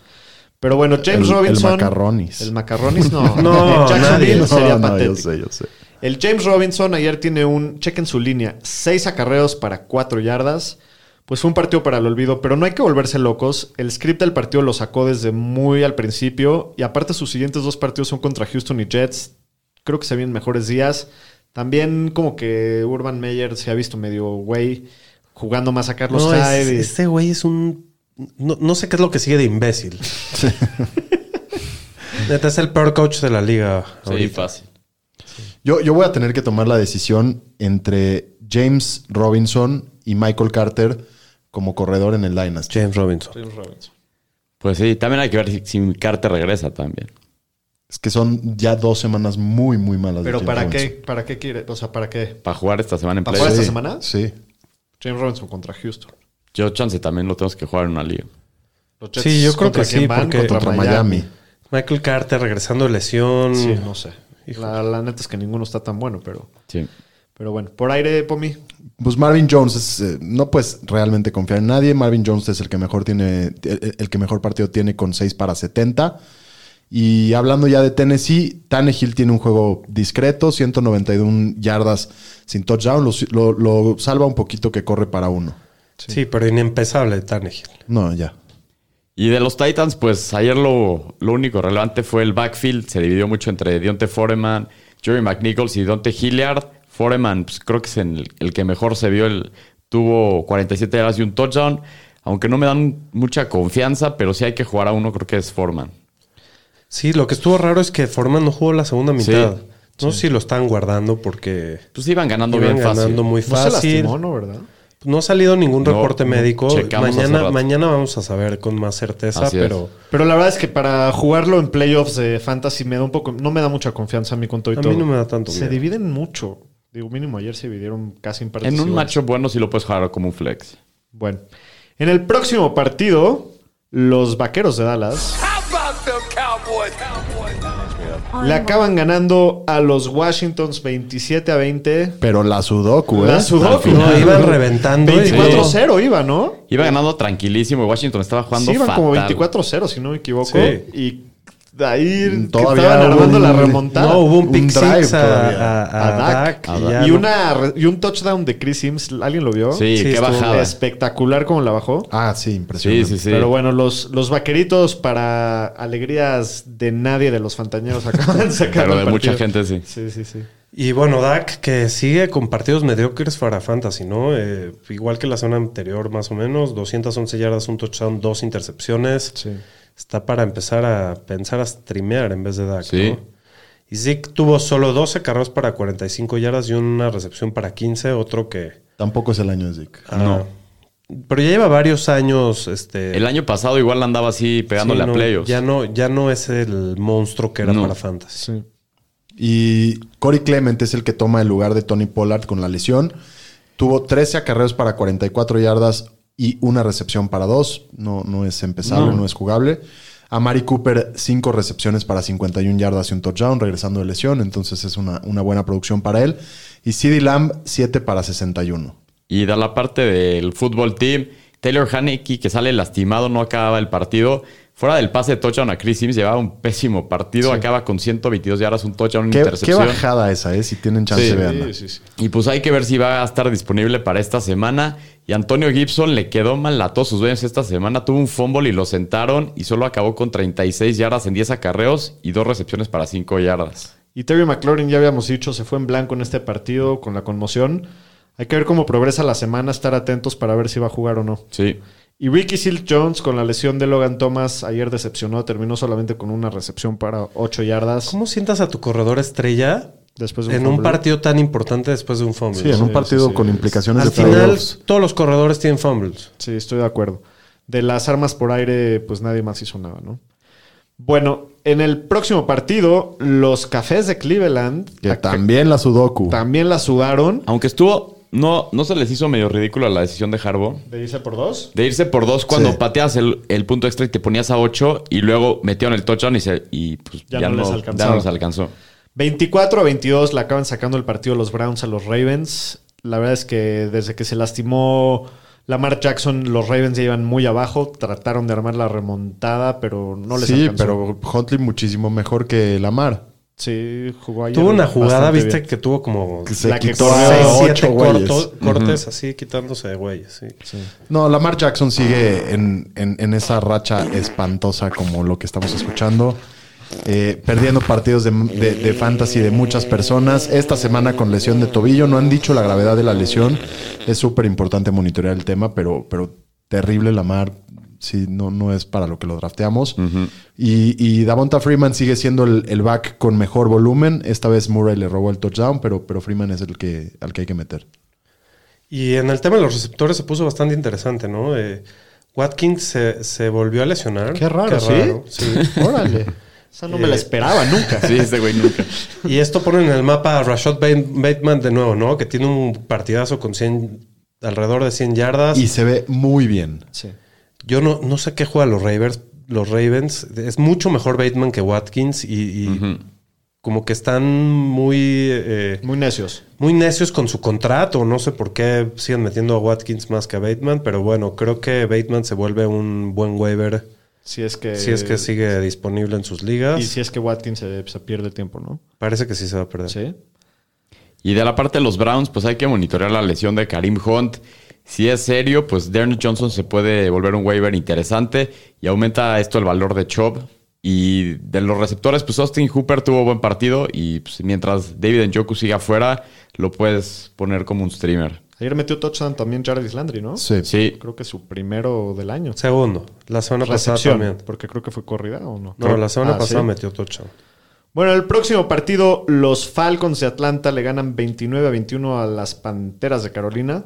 Speaker 4: Pero bueno, James
Speaker 7: El- el
Speaker 4: Robinson.
Speaker 7: Macarronis.
Speaker 4: El Macarronis no.
Speaker 6: No,
Speaker 4: El Jacksonville
Speaker 6: nadie.
Speaker 7: No,
Speaker 4: sería
Speaker 7: no,
Speaker 4: patético.
Speaker 7: yo sé, yo sé.
Speaker 4: El James Robinson ayer tiene un. Chequen su línea. Seis acarreos para cuatro yardas. Pues fue un partido para el olvido, pero no hay que volverse locos. El script del partido lo sacó desde muy al principio. Y aparte, sus siguientes dos partidos son contra Houston y Jets. Creo que se vienen mejores días. También, como que Urban Meyer se ha visto medio güey jugando más a Carlos
Speaker 6: No, es-
Speaker 4: Hyde. y-
Speaker 6: este güey es un. No, no sé qué es lo que sigue de imbécil. Neta, es el peor coach de la liga.
Speaker 5: Sí,
Speaker 6: ahorita.
Speaker 5: fácil.
Speaker 7: Yo, yo voy a tener que tomar la decisión entre James Robinson y Michael Carter como corredor en el Dynasty.
Speaker 6: James Robinson.
Speaker 5: Pues sí, también hay que ver si, si Carter regresa también.
Speaker 7: Es que son ya dos semanas muy, muy malas. de
Speaker 4: Pero
Speaker 7: James
Speaker 4: ¿para qué?
Speaker 7: Robinson.
Speaker 4: ¿Para qué quiere? O sea, ¿para qué?
Speaker 5: Para jugar esta semana en
Speaker 4: ¿Para
Speaker 5: playoffs.
Speaker 4: jugar
Speaker 7: Sí,
Speaker 4: esta semana?
Speaker 7: Sí.
Speaker 4: James Robinson contra Houston.
Speaker 5: Yo chance también lo tenemos que jugar en una liga.
Speaker 4: Los
Speaker 6: Sí, yo creo
Speaker 4: ¿contra
Speaker 6: que
Speaker 4: quién
Speaker 6: sí,
Speaker 4: van?
Speaker 6: porque-
Speaker 7: Contra Miami.
Speaker 6: Michael Carter regresando de lesión.
Speaker 4: Sí, no sé.
Speaker 6: Hijo.
Speaker 4: Mm. La, la neta es que ninguno está tan bueno, pero,
Speaker 5: Sí.
Speaker 4: pero bueno. Por aire, Pomi.
Speaker 7: Pues Marvin Jones es, eh, no puedes realmente confiar en nadie. Marvin Jones es el que mejor tiene, el, el que mejor partido tiene con 6 para 70. Y hablando ya de Tennessee, Tannehill tiene un juego discreto, 191 yardas sin touchdown. Lo, lo- lo salva un poquito que corre para uno.
Speaker 6: Sí. pero inempezable Tannehill.
Speaker 7: No, ya.
Speaker 5: Y de los Titans, pues ayer lo, lo único relevante fue el backfield. Se dividió mucho entre Dionte Foreman, Jerry McNichols y Dionte Hilliard. Foreman, pues, creo que es en el, el que mejor se vio. El, tuvo 47 yardas y un touchdown. Aunque no me dan mucha confianza, pero sí hay que jugar a uno, creo que es Foreman.
Speaker 6: Sí, lo que estuvo raro es que Foreman no jugó la segunda mitad. no sé si lo están guardando porque
Speaker 5: Pues iban ganando
Speaker 6: iban
Speaker 5: bien fácil.
Speaker 6: ganando muy
Speaker 4: No se
Speaker 6: fácil.
Speaker 4: lastimó, ¿no? ¿Verdad?
Speaker 6: No ha salido ningún
Speaker 5: No,
Speaker 6: reporte
Speaker 5: no,
Speaker 6: médico.
Speaker 5: checamos hace
Speaker 6: Mañana,
Speaker 5: rato.
Speaker 6: mañana vamos a saber con más certeza,
Speaker 5: Así es.
Speaker 6: pero
Speaker 4: Pero la verdad es que para jugarlo en playoffs de fantasy me da un poco, no me da mucha confianza a mí con todo y
Speaker 6: a
Speaker 4: todo.
Speaker 6: mí no me da tanto
Speaker 4: Se
Speaker 6: miedo.
Speaker 4: dividen mucho. Digo, mínimo ayer se dividieron casi en
Speaker 5: En un matchup bueno sí lo puedes jugar como un flex.
Speaker 4: Bueno, en el próximo partido, los vaqueros de Dallas le acaban ganando a los Washingtons 27 a 20.
Speaker 7: Pero la Sudoku, ¿eh?
Speaker 4: La Sudoku.
Speaker 6: No, iban reventando. y-
Speaker 4: 24-0 iba, ¿no?
Speaker 5: Iba ganando tranquilísimo y Washington estaba jugando
Speaker 4: Sí, iban como
Speaker 5: fatal.
Speaker 4: 24-0, si no me equivoco.
Speaker 6: Sí.
Speaker 4: Y de ahí que
Speaker 7: Todavía
Speaker 4: estaban
Speaker 7: hubo
Speaker 4: armando
Speaker 7: un-
Speaker 4: la remontada.
Speaker 6: No, hubo un
Speaker 7: Un
Speaker 6: pick six
Speaker 7: drive
Speaker 6: a,
Speaker 7: todavía.
Speaker 6: a-
Speaker 4: a
Speaker 6: a
Speaker 4: Dak.
Speaker 6: Dak,
Speaker 5: A
Speaker 6: y
Speaker 5: Dak.
Speaker 6: ya
Speaker 4: y,
Speaker 6: no-
Speaker 4: una, re- y un touchdown de Chris Sims. ¿Alguien lo vio?
Speaker 5: Sí,
Speaker 6: Sí,
Speaker 5: qué
Speaker 6: estuvo
Speaker 5: bajada.
Speaker 4: Espectacular como la bajó.
Speaker 7: Ah, sí,
Speaker 5: Sí,
Speaker 7: impresionante.
Speaker 5: sí, sí.
Speaker 4: Pero bueno, los, los vaqueritos, para alegrías de nadie de los fantañeros, acaban de sacar
Speaker 5: Pero
Speaker 4: el
Speaker 5: de
Speaker 4: partido.
Speaker 5: mucha gente sí.
Speaker 4: Sí, sí, sí.
Speaker 6: Y bueno, Dak que sigue con partidos mediocres para Fantasy, ¿no? Eh, igual que la semana anterior, más o menos. 211 yardas, un touchdown, dos intercepciones. Está para empezar a pensar a streamear en vez de Dak,
Speaker 5: Sí.
Speaker 6: ¿no? Y Zeke tuvo solo 12 carreras para 45 yardas y una recepción para 15, otro que...
Speaker 7: Tampoco es el año de Zeke.
Speaker 6: ah, Pero ya lleva varios años, este...
Speaker 5: El año pasado igual andaba así pegándole
Speaker 6: sí, no,
Speaker 5: a playoffs.
Speaker 6: Ya no, ya no es el monstruo que era
Speaker 5: No.
Speaker 6: para Fantasy.
Speaker 7: Y Corey Clement es el que toma el lugar de Tony Pollard con la lesión. Tuvo 13 acarreos para 44 yardas y una recepción para dos. No, no es empezable, no. es jugable. A Mari Cooper, 5 recepciones para 51 yardas y un touchdown, regresando de lesión. Entonces es una, una buena producción para él. Y CeeDee Lamb, 7 para 61.
Speaker 5: Y da la parte del fútbol team. Taylor Haneke, que sale lastimado, no acababa el partido. Fuera del pase de touchdown a Chris Sims, llevaba un pésimo partido. Acaba con 122 yardas, un touchdown, una
Speaker 7: Qué, qué
Speaker 5: intercepción.
Speaker 7: bajada esa, ¿eh? Si tienen chance,
Speaker 5: Sí,
Speaker 7: veanla.
Speaker 5: Y pues hay que ver si va a estar disponible para esta semana. Y Antonio Gibson le quedó mal a todos sus dueños esta semana. Tuvo un fumble y lo sentaron y solo acabó con 36 yardas en 10 acarreos y dos recepciones para 5 yardas.
Speaker 4: Y Terry McLaurin, ya habíamos dicho, se fue en blanco en este partido con la conmoción. Hay que ver cómo progresa la semana, estar atentos para ver si va a jugar o no.
Speaker 5: Sí.
Speaker 4: Y Ricky Silk Jones, con la lesión de Logan Thomas, ayer decepcionó, terminó solamente con una recepción para 8 yardas.
Speaker 6: ¿Cómo sientas a tu corredor estrella
Speaker 4: Después de
Speaker 6: en un
Speaker 4: fumble.
Speaker 6: partido tan importante después de un fumble?
Speaker 7: Sí, en un partido
Speaker 4: sí,
Speaker 7: con
Speaker 4: sí.
Speaker 7: implicaciones
Speaker 6: Al
Speaker 7: de
Speaker 6: final,
Speaker 7: playoffs.
Speaker 6: todos los corredores tienen fumbles.
Speaker 4: Sí, estoy de acuerdo. De las armas por aire, pues nadie más hizo nada, ¿no? Bueno, en el próximo partido, los cafés de Cleveland
Speaker 7: Que
Speaker 4: ac-
Speaker 7: también la Sudoku.
Speaker 4: también la sudaron.
Speaker 5: Aunque estuvo, no, no se les hizo medio ridícula la decisión de Harbo.
Speaker 4: ¿Le dice por dos?
Speaker 5: De irse por dos cuando
Speaker 7: Sí.
Speaker 5: pateas el, el punto extra y te ponías a 8 y luego metieron el touchdown y, se, y pues
Speaker 4: Ya
Speaker 5: ya,
Speaker 4: no
Speaker 5: no,
Speaker 4: les
Speaker 5: ya
Speaker 4: alcanzaron.
Speaker 5: no les alcanzó.
Speaker 4: 24 a 22 la acaban sacando el partido los Browns a los Ravens. La verdad es que desde que se lastimó Lamar Jackson, los Ravens ya iban muy abajo. Trataron de armar la remontada, pero no les
Speaker 7: sí,
Speaker 4: alcanzó.
Speaker 7: pero Huntley muchísimo mejor que Lamar.
Speaker 4: Sí, jugó ayer.
Speaker 6: Tuvo una jugada,
Speaker 4: bastante
Speaker 6: viste,
Speaker 4: bien.
Speaker 6: que tuvo como
Speaker 7: Que se
Speaker 4: La que
Speaker 7: quitó
Speaker 4: corre
Speaker 7: a
Speaker 6: seis,
Speaker 7: ocho
Speaker 6: siete
Speaker 7: güeyes.
Speaker 6: corto- cortes así, quitándose de güeyes. sí.
Speaker 7: No, Lamar Jackson sigue en, en- en esa racha espantosa como lo que estamos escuchando. Eh, perdiendo partidos de, de- de fantasy de muchas personas. Esta semana con lesión de tobillo. No han dicho la gravedad de la lesión. Es súper importante monitorear el tema, pero, pero terrible Lamar. Sí, no, no es para lo que lo drafteamos. Y, y Davonta Freeman sigue siendo el, el back con mejor volumen. Esta vez Murray le robó el touchdown, pero, pero Freeman es el que, al que hay que meter.
Speaker 6: Y en el tema de los receptores se puso bastante interesante, ¿no? Eh, Watkins se, se volvió a lesionar.
Speaker 4: Qué raro, ¿sí?
Speaker 6: sí.
Speaker 4: Órale. Esa no me la
Speaker 6: Eh,
Speaker 4: esperaba nunca.
Speaker 5: Sí, ese güey nunca.
Speaker 6: Y esto pone en el mapa a Rashad Bate- Bateman de nuevo, ¿no? Que tiene un partidazo con 100, alrededor de 100 yardas.
Speaker 7: Y se ve muy bien.
Speaker 4: Sí.
Speaker 6: Yo no, no sé qué juega los Ravens. Los Ravens es mucho mejor Bateman que Watkins y, y como que están muy, eh,
Speaker 4: Muy necios.
Speaker 6: muy necios con su contrato. No sé por qué siguen metiendo a Watkins más que a Bateman, pero bueno, creo que Bateman se vuelve un buen waiver eh,
Speaker 4: Si es que.
Speaker 6: si es que sigue disponible en sus ligas.
Speaker 4: Y si es que Watkins se, se pierde tiempo, ¿no?
Speaker 6: Parece que sí se va a perder.
Speaker 4: Sí.
Speaker 5: Y de la parte de los Browns, pues hay que monitorear la lesión de Karim Hunt. Si es serio, pues Darren Johnson se puede volver un waiver interesante y aumenta esto el valor de Chubb. Y Y de los receptores, pues Austin Hooper tuvo buen partido. Y pues, mientras David Njoku siga afuera, lo puedes poner como un streamer.
Speaker 4: Ayer metió touchdown también Jarvis Landry, ¿no?
Speaker 7: Sí.
Speaker 5: Sí.
Speaker 4: Creo que su primero del año.
Speaker 6: Segundo, la semana pasada
Speaker 4: Recepción,
Speaker 6: también.
Speaker 4: Porque creo que fue corrida o no.
Speaker 6: No, la semana
Speaker 4: Ah,
Speaker 6: pasada
Speaker 4: ¿sí?
Speaker 6: metió touchdown.
Speaker 4: Bueno, el próximo partido, los Falcons de Atlanta le ganan 29 a 21 a las Panteras de Carolina.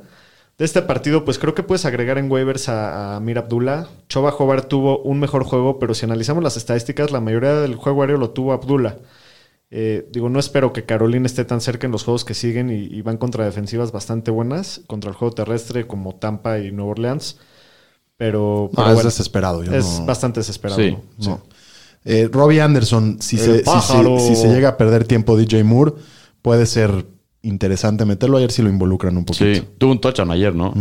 Speaker 4: De este partido, pues creo que puedes agregar en waivers a, a Amir Abdullah. Choba Hobart tuvo un mejor juego, pero si analizamos las estadísticas, la mayoría del juego aéreo lo tuvo Abdullah. Eh, digo, no espero que Carolina esté tan cerca en los juegos que siguen y, y van contra defensivas bastante buenas, contra el juego terrestre como Tampa y Nueva Orleans. Pero,
Speaker 7: No,
Speaker 4: pero
Speaker 7: es
Speaker 4: bueno,
Speaker 7: desesperado. yo
Speaker 4: es
Speaker 7: no-
Speaker 4: bastante desesperado.
Speaker 5: Sí.
Speaker 4: ¿no?
Speaker 7: no. Eh, Robbie Anderson, si
Speaker 4: El
Speaker 7: se, si se-
Speaker 4: pájaro.
Speaker 7: si se llega a perder tiempo DJ Moore, puede ser interesante meterlo. Ayer si lo involucran un poquito.
Speaker 5: Sí. Tuvo un touchdown ayer, ¿no?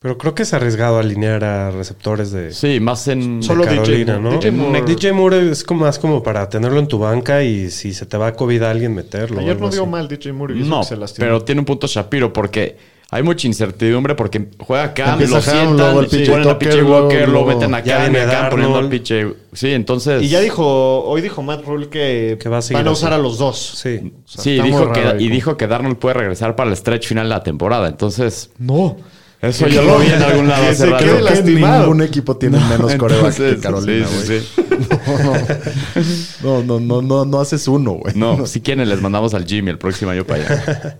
Speaker 6: Pero creo que es arriesgado alinear a receptores de,
Speaker 5: Sí, más en.
Speaker 6: de
Speaker 4: Solo DJ
Speaker 6: Carolina,
Speaker 4: Moore.
Speaker 6: ¿no?
Speaker 4: DJ Moore-
Speaker 6: DJ Moore es como más como para tenerlo en tu banca y si se te va a COVID a alguien meterlo. o
Speaker 4: Ayer
Speaker 6: algo
Speaker 4: no dio
Speaker 6: así.
Speaker 4: mal DJ Moore y eso
Speaker 5: No,
Speaker 4: que se lastimó.
Speaker 5: pero tiene un punto Shapiro porque hay mucha incertidumbre porque juega Cam,
Speaker 7: Empieza
Speaker 5: lo
Speaker 7: Cam,
Speaker 5: sientan,
Speaker 7: luego el
Speaker 5: sí,
Speaker 7: PJ
Speaker 5: ponen a
Speaker 7: Tucker,
Speaker 5: PJ Walker,
Speaker 7: luego-
Speaker 5: lo meten a
Speaker 6: Ya
Speaker 5: Cam, y
Speaker 6: viene
Speaker 5: a Cam poniendo a
Speaker 6: Darnold.
Speaker 5: PJ. Sí, entonces...
Speaker 4: Y ya dijo, hoy dijo Matt Rule que,
Speaker 6: Que va a seguir
Speaker 4: van a
Speaker 6: así.
Speaker 4: usar a los dos.
Speaker 6: Sí.
Speaker 4: O sea,
Speaker 5: sí,
Speaker 4: está muy
Speaker 5: dijo
Speaker 4: raro
Speaker 5: que,
Speaker 4: ahí,
Speaker 5: y
Speaker 4: como-
Speaker 5: dijo que Darnold puede regresar para el stretch final de la temporada. Entonces,
Speaker 4: No.
Speaker 5: eso yo lo vi en algún lado
Speaker 4: Que
Speaker 5: hace
Speaker 4: se
Speaker 5: rato.
Speaker 4: quede
Speaker 7: Creo que
Speaker 4: lastimado.
Speaker 7: ningún equipo tiene menos coreback
Speaker 5: Entonces,
Speaker 7: que Carolina,
Speaker 5: sí,
Speaker 7: güey.
Speaker 5: sí, sí.
Speaker 7: No, no, no, no, no haces uno, güey.
Speaker 5: No, si quieren les mandamos al Jimmy el próximo año para allá.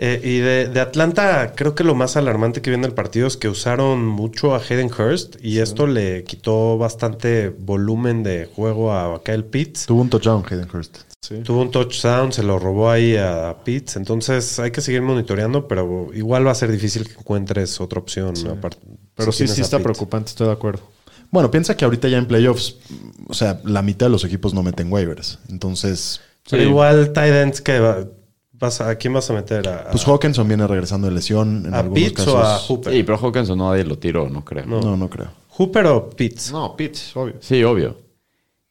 Speaker 6: Eh, y de, de Atlanta, creo que lo más alarmante que viene el partido es que usaron mucho a Hayden Hurst y esto le quitó bastante volumen de juego a Kyle Pitts.
Speaker 7: Tuvo un touchdown Hayden Hurst.
Speaker 6: Tuvo un touchdown, se lo robó ahí a Pitts. Entonces hay que seguir monitoreando, pero igual va a ser difícil que encuentres otra opción. aparte-
Speaker 4: Pero
Speaker 6: si
Speaker 4: sí,
Speaker 6: tienes
Speaker 4: sí
Speaker 6: a
Speaker 4: está
Speaker 6: Pitts.
Speaker 4: preocupante, estoy de acuerdo.
Speaker 7: Bueno, piensa que ahorita ya en playoffs, o sea, la mitad de los equipos no meten waivers. Entonces,
Speaker 6: Pero
Speaker 5: Sí.
Speaker 6: igual tight ends que va- vas a, ¿a quién vas a meter? ¿A,
Speaker 7: pues Hawkinson viene regresando de lesión en
Speaker 6: a
Speaker 7: algunos
Speaker 6: Pitts
Speaker 7: casos.
Speaker 6: o a Hooper?
Speaker 5: Sí, pero Hawkins no nadie lo tiró, no creo.
Speaker 7: No, no creo.
Speaker 6: ¿Hooper o Pitts?
Speaker 4: No, Pitts, obvio.
Speaker 5: Sí, obvio.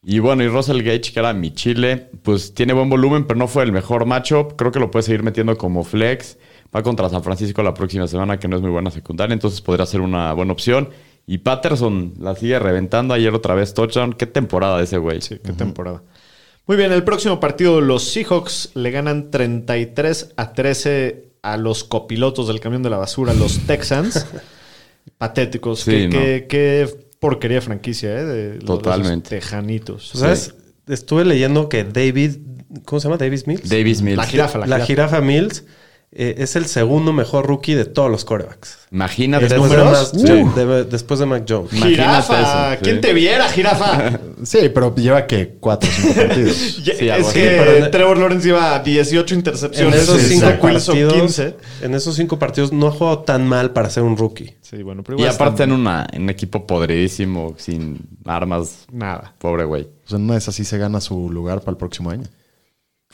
Speaker 5: Y bueno, y Russell Gage, que era mi chile, pues tiene buen volumen, pero no fue el mejor matchup. Creo que lo puede seguir metiendo como flex. Va contra San Francisco la próxima semana, que no es muy buena secundaria, entonces podría ser una buena opción. Y Patterson la sigue reventando ayer otra vez touchdown. Qué temporada de ese güey.
Speaker 4: Sí, qué temporada. Muy bien, el próximo partido, los Seahawks le ganan 33 a 13 a los copilotos del camión de la basura, los Texans. Patéticos.
Speaker 5: Sí,
Speaker 4: qué,
Speaker 5: no.
Speaker 4: qué- qué porquería de franquicia, ¿eh? De, los-
Speaker 5: Totalmente.
Speaker 4: de esos tejanitos.
Speaker 6: Pues, ¿Sabes? Estuve leyendo que David, ¿cómo se llama? Davis Mills.
Speaker 5: Davis Mills.
Speaker 4: la jirafa, la,
Speaker 6: la
Speaker 4: jirafa.
Speaker 6: jirafa Mills eh, es el segundo mejor rookie de todos los corebacks.
Speaker 5: Imagínate.
Speaker 4: ¿Es Uh.
Speaker 5: eso.
Speaker 6: Después de,
Speaker 4: números?
Speaker 6: Mac-
Speaker 5: Sí.
Speaker 6: sí, de- después de Mac Jones.
Speaker 5: Imagínate
Speaker 4: ¡Jirafa!
Speaker 5: eso,
Speaker 4: ¿Quién
Speaker 5: sí.
Speaker 4: te viera, jirafa?
Speaker 7: Sí, pero lleva que cuatro o cinco partidos.
Speaker 4: Ya-
Speaker 5: Sí, algo
Speaker 4: es
Speaker 5: así.
Speaker 4: que
Speaker 5: Sí, pero en-
Speaker 4: Trevor Lawrence iba a 18
Speaker 6: En
Speaker 4: intercepciones.
Speaker 6: esos,
Speaker 4: Sí,
Speaker 6: cinco
Speaker 4: Zach Wilson,
Speaker 6: partidos,
Speaker 4: 15.
Speaker 6: en esos cinco partidos no ha jugado tan mal para ser un rookie.
Speaker 4: Sí, bueno, pero
Speaker 5: Y
Speaker 4: igual
Speaker 5: aparte
Speaker 4: están-
Speaker 5: en, una, en un equipo podridísimo, sin armas.
Speaker 4: Nada.
Speaker 5: Pobre güey.
Speaker 7: O sea, no es así se gana su lugar para el próximo año.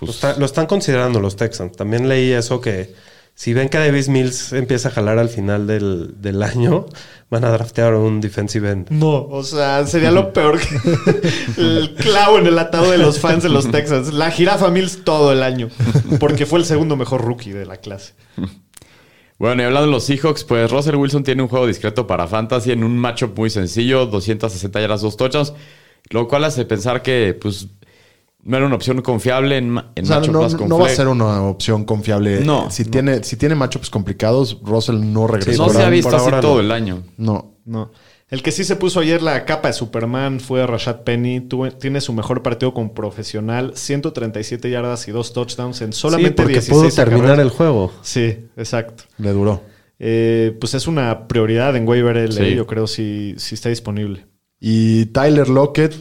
Speaker 6: Lo, está- lo están considerando los Texans. También leí eso que si ven que Davis Mills empieza a jalar al final del, del año, van a draftear un defensive end.
Speaker 4: No, o sea, sería lo peor que el clavo en el atado de los fans de los Texans. La jirafa Mills todo el año, porque fue el segundo mejor rookie de la clase.
Speaker 5: Bueno, y hablando de los Seahawks, pues Russell Wilson tiene un juego discreto para Fantasy en un matchup muy sencillo, 260 yardas, dos touchdowns, lo cual hace pensar que pues no era una opción confiable en, ma- en
Speaker 7: O sea,
Speaker 5: matchups
Speaker 7: no,
Speaker 5: más
Speaker 7: no va a
Speaker 5: confe-
Speaker 7: ser una opción confiable.
Speaker 5: No.
Speaker 7: Si tiene, si tiene matchups complicados, Russell no regresa.
Speaker 5: No
Speaker 7: Por
Speaker 5: se ha
Speaker 7: ahora-
Speaker 5: visto
Speaker 7: por
Speaker 5: así
Speaker 7: ahora
Speaker 5: todo
Speaker 7: no.
Speaker 5: el año.
Speaker 7: No.
Speaker 4: No. El que sí se puso ayer la capa de Superman fue Rashad Penny. Tuvo- tiene su mejor partido como profesional, 137 yardas y dos touchdowns en solamente
Speaker 6: sí, porque
Speaker 4: 16
Speaker 6: pudo terminar
Speaker 4: acarreos.
Speaker 6: el juego.
Speaker 4: Sí, exacto.
Speaker 7: Le duró.
Speaker 4: Eh, pues es una prioridad en waiver LA,
Speaker 5: Sí.
Speaker 4: yo creo, si, si está disponible.
Speaker 7: Y Tyler Lockett